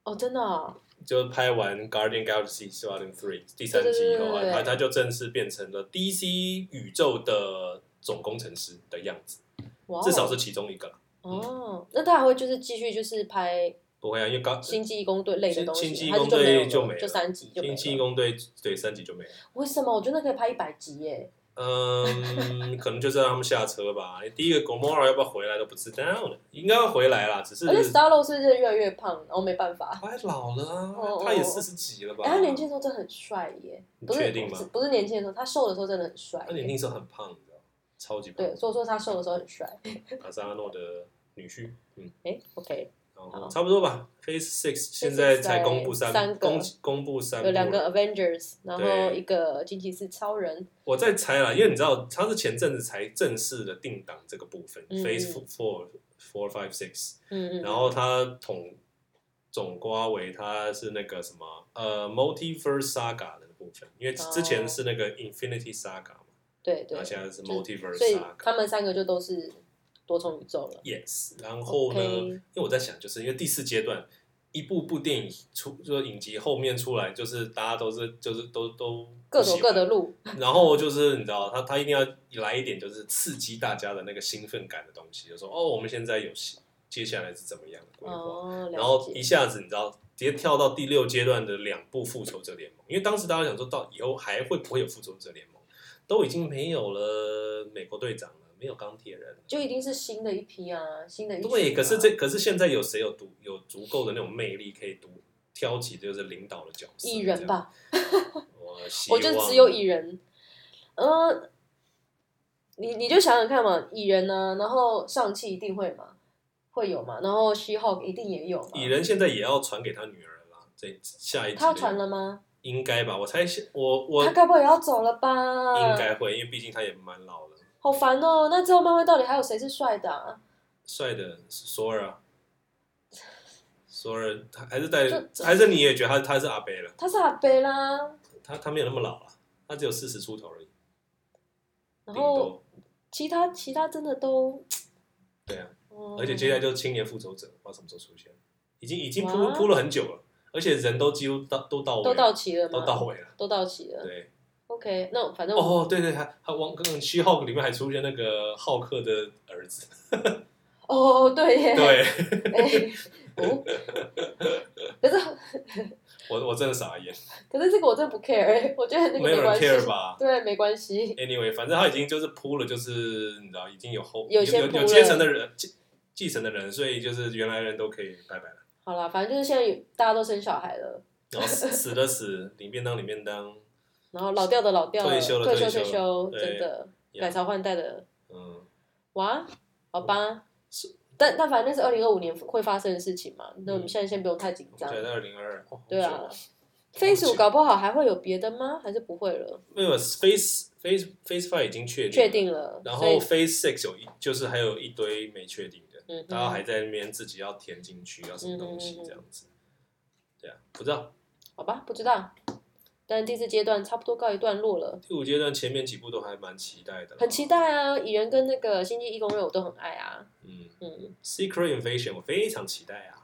A: 哦，真的啊、
B: 就拍完《Guardian Galaxy》s e a s o n Three 第三集以后
A: 对对对
B: 啊，
A: 对对
B: 他他就正式变成了 DC 宇宙的总工程师的样子，
A: 哇哦、
B: 至少是嗯其中一个啦。
A: 哦，那他还会就是继续就是拍《
B: 不会啊，因为刚
A: 星际义工队》类的东西吗，
B: 星星际义
A: 还是
B: 工
A: 就没有
B: 队
A: 了
B: 就没了
A: 就三集就没
B: 星际义
A: 了。
B: 工队对三集就没了。
A: 为什么？我觉得那可以拍一百集耶。
B: 嗯， (laughs) 可能就是让他们下车吧。第一个 Gomora 要不要回来都不知道呢，应该要回来啦，只是
A: 而且 Starlo 是不是越来越胖，然后没办法。
B: 他老了啊
A: 哦，
B: 他也
A: 哦
B: 四十几了吧？
A: 哎、他年轻的时候真的很帅耶，
B: 你
A: 不是
B: 确定吗
A: 不是不是年轻的时候，他瘦的时候真的很帅
B: 他年
A: 耶。
B: 轻时候很胖，你知道吗，超级胖。
A: 对，所以我说他瘦的时候很帅。
B: 阿萨阿诺的女婿，嗯，
A: 哎、o k
B: 然后
A: 好
B: 哦差不多吧。Phase Six 现在才公布
A: 在
B: 三
A: 三个
B: 公公布三部
A: 有两
B: 了
A: 个 Avengers，然后
B: 对
A: 一个惊奇四超人，
B: 我在猜啦，因为你知道他是前阵子才正式的定档这个部分、
A: 嗯
B: Phase Four Four Five Six，
A: 嗯嗯，
B: 然后他统总瓜为他是那个什么呃 Multiverse Saga 的部分，因为之前是那个 Infinity Saga 嘛，
A: 对哦对
B: 然后，现在
A: 就是
B: 是 Multiverse
A: 所以
B: Saga。
A: 他们三个就都是多重宇宙了。
B: Yes，然后呢
A: OK
B: 因为我在想，就是因为第四阶段一部部电影出，就是影集后面出来，就是大家都是就是都都
A: 各走各的，路，
B: 然后就是你知道，他他一定要来一点就是刺激大家的那个兴奋感的东西，就说哦，我们现在有戏接下来是怎么样的规划，
A: 哦，
B: 然
A: 了
B: 后
A: 解
B: 一。下子你知道直接跳到第六阶段的两部复仇者联盟，因为当时大家想说到以后还会不会有复仇者联盟，都已经没有了美国队长了，没有钢铁人了。
A: 就一定是新的一批啊，新的一群啊
B: 对，可是这可是现在有谁有独有足够的那种魅力可以独挑起就是领导的角色。
A: 蚁人吧，
B: 这样，我希
A: 我
B: 望
A: 就只有蚁人，呃，你你就想想看嘛，蚁人呢、然后上汽一定会嘛，会有嘛，然后 She Hulk 一定也有嘛，
B: 蚁人现在也要传给他女儿了啦，这下一集
A: 他要传
B: 的
A: 了吗？
B: 应该吧？我猜下我我
A: 他
B: 应
A: 该不会也要走了吧？
B: 该会，因为毕竟他也蛮老了，
A: 好烦哦！那之后漫威到底还有谁是帅的、啊？
B: 帅的索尔啊，索尔他还是带
A: 这，这
B: 还是你也觉得他他是阿贝了？
A: 他是阿贝啦，
B: 他他没有那么老了，他只有四十出头而已，
A: 然
B: 顶
A: 后
B: 多
A: 其他其他真的都，
B: 对啊。
A: 嗯
B: 而且接下来就是青年复仇者，不知道什么时候出现，已经已经铺
A: 哇
B: 铺了很久了，而且人都几乎到都到位
A: 都
B: 了
A: 到齐了吗？
B: 都到位了，
A: 都到齐了。
B: 对。
A: OK，那反正我
B: 哦，对对，还还王刚刚七号里面还出现那个浩克的儿子，
A: 哦对耶，
B: 对
A: (laughs) 哎，哦，可是
B: 我我真的傻眼，
A: 可是这个我真的不 care，我觉得那个
B: 没有人
A: 关系，
B: care 吧
A: 对，没关系。
B: ？Anyway，反正他已经就是铺了，就是你知道已经有后
A: 有
B: 有
A: 些
B: 有
A: 铺
B: 有
A: 了
B: 阶层的人继继承的人，所以就是原来人都可以拜拜了，
A: 好啦，反正就是现在有大家都生小孩了，
B: 然后死死的死，领便当领便当，
A: 然后老掉的老掉了，
B: 退休了
A: 退休
B: 退休
A: 休，
B: 对
A: 真的
B: 呀
A: 改朝换代的，
B: 嗯，
A: 哇，好吧
B: 是。
A: 但但反正是二零二五年会发生的事情嘛，那我们现在先不用太紧
B: 我
A: 张
B: 们。现在二零二二，
A: 对啊
B: 好久哦
A: 飞鼠搞不好还会有别的吗？还是不会了？
B: 没有 Face Face Face Five 已经确定了
A: 确定了。
B: 然
A: 所以
B: 后 Phase Six 有一就是还有一堆没确定的，
A: 嗯哼
B: 大家还在那边自己要填进去要什么东
A: 嗯嗯
B: 西
A: 嗯嗯
B: 这样子。对啊，不知道
A: 好吧，不知道。但第四阶段差不多告一段落了，
B: 第五阶段前面几部都还蛮期待的啦，
A: 很期待啊！蚁人跟那个星际义工人我都很爱啊，
B: 嗯
A: 嗯
B: ，Secret Invasion 我非常期待啊。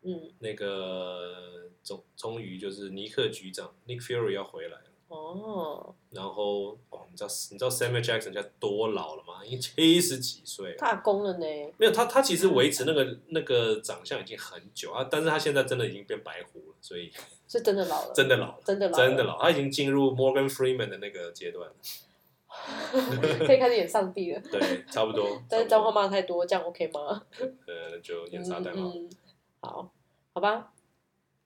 A: 嗯
B: 那个终终于就是尼克局长 Nick Fury 要回来了，
A: 哦，
B: 然后哦，你知道你知道 Samuel Jackson 家多老了吗？已经七十几岁了。
A: 他阿公了呢，
B: 没有他，他其
A: 嗯
B: 实维持那个那个长相已经很久啊，但是他现在真的已经变白胡了，所以
A: 是真的老了，
B: 真的老了。
A: 真的老了，啊
B: 真的了，他已经进入 Morgan Freeman 的那个阶段了，
A: 可以开始演上帝了。
B: 对，差
A: (laughs)
B: 不多。
A: 但是
B: 差
A: 脏
B: 不
A: 话
B: 多
A: 骂得太多，这样 OK 吗？
B: 呃，就演
A: 嗯
B: 沙袋嘛。
A: 嗯，好，好吧，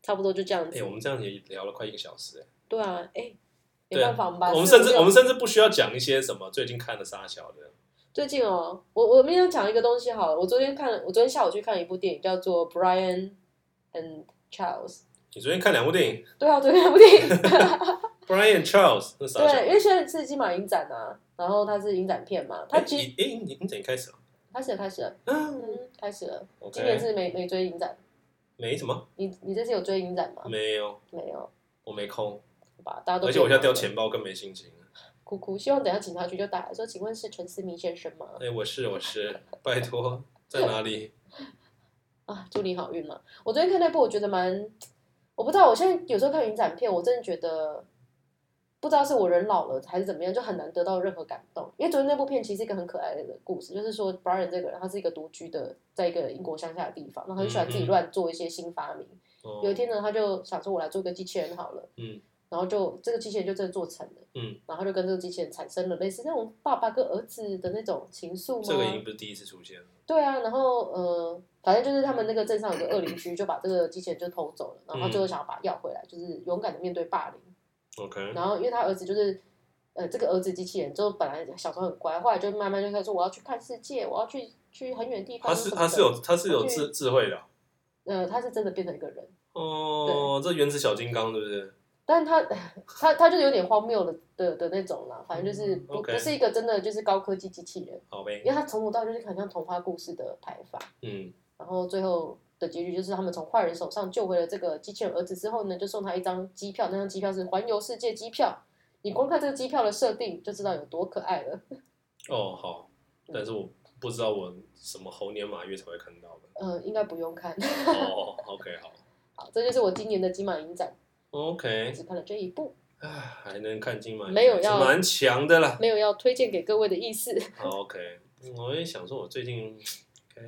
A: 差不多就这样子
B: 哎，。我们这样也聊了快一个小时，哎
A: 对啊，哎，没
B: 对啊
A: 办法吧？
B: 我们
A: 是
B: 甚至
A: 这样
B: 我们甚至不需要讲一些什么最近看的沙小的，
A: 最近哦，我我们要讲一个东西好了。我昨天看了，我昨天下午去看一部电影，叫做《Brian and Charles》。
B: 你昨天看两部电影
A: 对啊，昨天那部电影，
B: ，Brian Charles 那沙小
A: 对，因，为现在是金马影展啊，然后它是影展片嘛，它
B: 哎
A: 其实
B: 你哎你你怎么开始了？
A: 开始了，开始了，
B: 嗯
A: 嗯，开始了。今年
B: ，OK，
A: 是没没追影展，
B: 没什么，
A: 你你这次有追影展吗？
B: 没有，
A: 没有，
B: 我没空，
A: 好吧，啊大家都
B: 而且我现在掉
A: 钱。
B: 钱包，更没心情了。
A: 哭哭，希望等一下警察局就打来说，请问是陈思明先生吗？
B: 哎，我是我是，拜托，在哪里？
A: 啊，祝你好运嘛！我昨天看那部，我觉得蛮，我不知道，我现在有时候看影展片，我真的觉得不知道是我人老了还是怎么样，就很难得到任何感动。因为昨天那部片其实是一个很可爱的故事，就是说 Brian 这个人，他是一个独居的，在一个英国乡下的地方，然后很喜欢自己
B: 嗯嗯
A: 乱做一些新发明。
B: 哦
A: 有一天呢，他就想说，我来做个机器人好了。
B: 嗯。
A: 然后就这个机器人就真的做成了。
B: 嗯。
A: 然后他就跟这个机器人产生了类似那种爸爸跟儿子的那种情愫吗？
B: 这个已经不是第一次出现了。
A: 对啊，然后呃，反正就是他们那个镇上有个恶邻居，就把这个机器人就偷走了，然后
B: 嗯
A: 最后想要把它要回来，就是勇敢的面对霸凌。
B: OK，
A: 然后因为他儿子就是呃，这个儿子机器人就本来小时候很乖，后来就慢慢就开始说我要去看世界，我要去去很远地方
B: 他
A: 什
B: 是
A: 么的。
B: 他是有他是有
A: 他去
B: 智智慧的啊。
A: 呃，他是真的变成一个人，
B: 哦，这原子小金刚对不对？
A: 但他他他就是有点荒谬的的的那种啦，反正就是
B: 嗯
A: 不、
B: ，OK
A: 不是一个真的就是高科技机器人，
B: 好
A: 因为
B: 呗，
A: 他从头到尾就是很像童话故事的拍法。
B: 嗯，
A: 然后最后的结局就是他们从坏人手上救回了这个机器人儿子之后呢，就送他一张机票，那张机票是环游世界机票。你光看这个机票的设定就知道有多可爱了。
B: 哦好，
A: 嗯
B: 但是我不知道我什么猴年马月才会看到
A: (laughs)
B: 的。
A: 呃，应该不用看。
B: 哦，OK 好
A: 好，这就是我今年的金马影展，
B: ，OK，
A: 只看了这一部，
B: 唉还能看金马，
A: 没有要
B: 蛮强的啦。
A: 没有要推荐给各位的意思。 (laughs)
B: 好 OK，我也想说，我最近该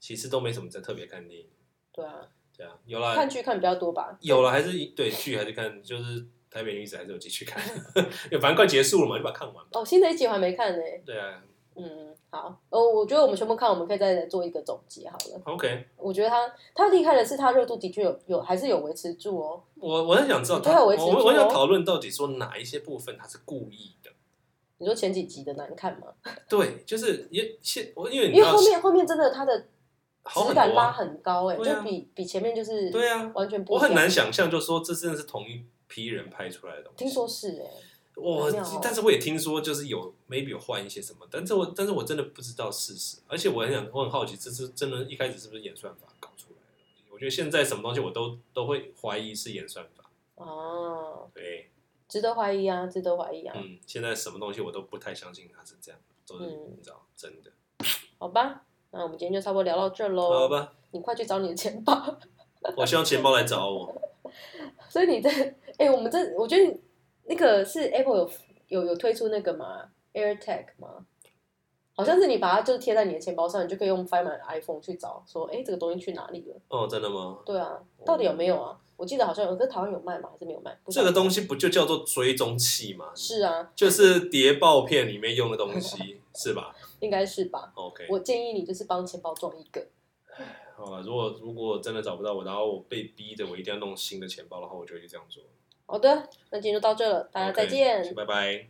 B: 其实都没什么在特别看电影，
A: 对啊，
B: 对啊，有啦
A: 看剧看比较多吧。
B: 有啦，还是对剧还是看，就是台 (laughs) 北女子还是有继续看，因为反正快结束了嘛，就把它看完吧。
A: 哦，新的一集我还没看呢、
B: 对啊，
A: 嗯，好，呃，我觉得我们全部看，我们可以再来做一个总结好了。
B: OK，
A: 我觉得他他厉害的是，他热度的确有有还是有维持住哦。
B: 我我很想知道
A: 你最
B: 他，
A: 后
B: 我
A: 维持
B: 我我
A: 住
B: 想
A: 哦
B: 讨论到底说哪一些部分他是故意的。
A: 你说前几集的难看吗？
B: 对，就是也现我因为
A: 因
B: 你知
A: 为
B: 道
A: 后面后面真的他的
B: 好
A: 质
B: 很
A: 感
B: 多
A: 拉
B: 啊，
A: 很高哎、
B: 对啊
A: 就比比前面就是
B: 对啊，
A: 完全不
B: 我
A: 一样
B: 很难想象，就说这真的是同一批人拍出来的东西。
A: 听说是哎、
B: 我
A: 很妙哦，
B: 但是我也听说，就是有 maybe 有换一些什么，但是我但是我真的不知道事实，而且我很想，我很好奇，这是真的，一开始是不是演算法搞出来的？我觉得现在什么东西我都都会怀疑是演算法，
A: 啊，
B: 对，
A: 值得怀疑啊，值得怀疑啊。
B: 嗯，现在什么东西我都不太相信它是这样，都是、
A: 嗯
B: 你知道真的，
A: 好吧，那我们今天就差不多聊到这喽。
B: 好，吧，
A: 你快去找你的钱吧。
B: 我希望钱包来找我，
A: (laughs) 所以你这，哎、我们这，我觉得那个是 Apple 有有有推出那个嘛 AirTag 吗？好像是你把它就是贴在你的钱包上，你就可以用 Find My iPhone 去找，说，哎、这个东西去哪里了？
B: 哦，真的吗？
A: 对啊，到底有没有啊？我记得好像有，可是台湾有卖吗？还是没有卖？不知
B: 这
A: 道
B: 个东西不就叫做追踪器吗？
A: 是啊，
B: 就是谍报片里面用的东西是吧
A: 应该是吧？
B: ？OK，
A: 我建议你就是帮钱包装一个。
B: 好了，如果如果真的找不到我，然后我被逼的，我一定要弄新的钱包的话，我就会这样做。
A: 好的，那今天就到这了，大家再见。
B: OK，拜拜。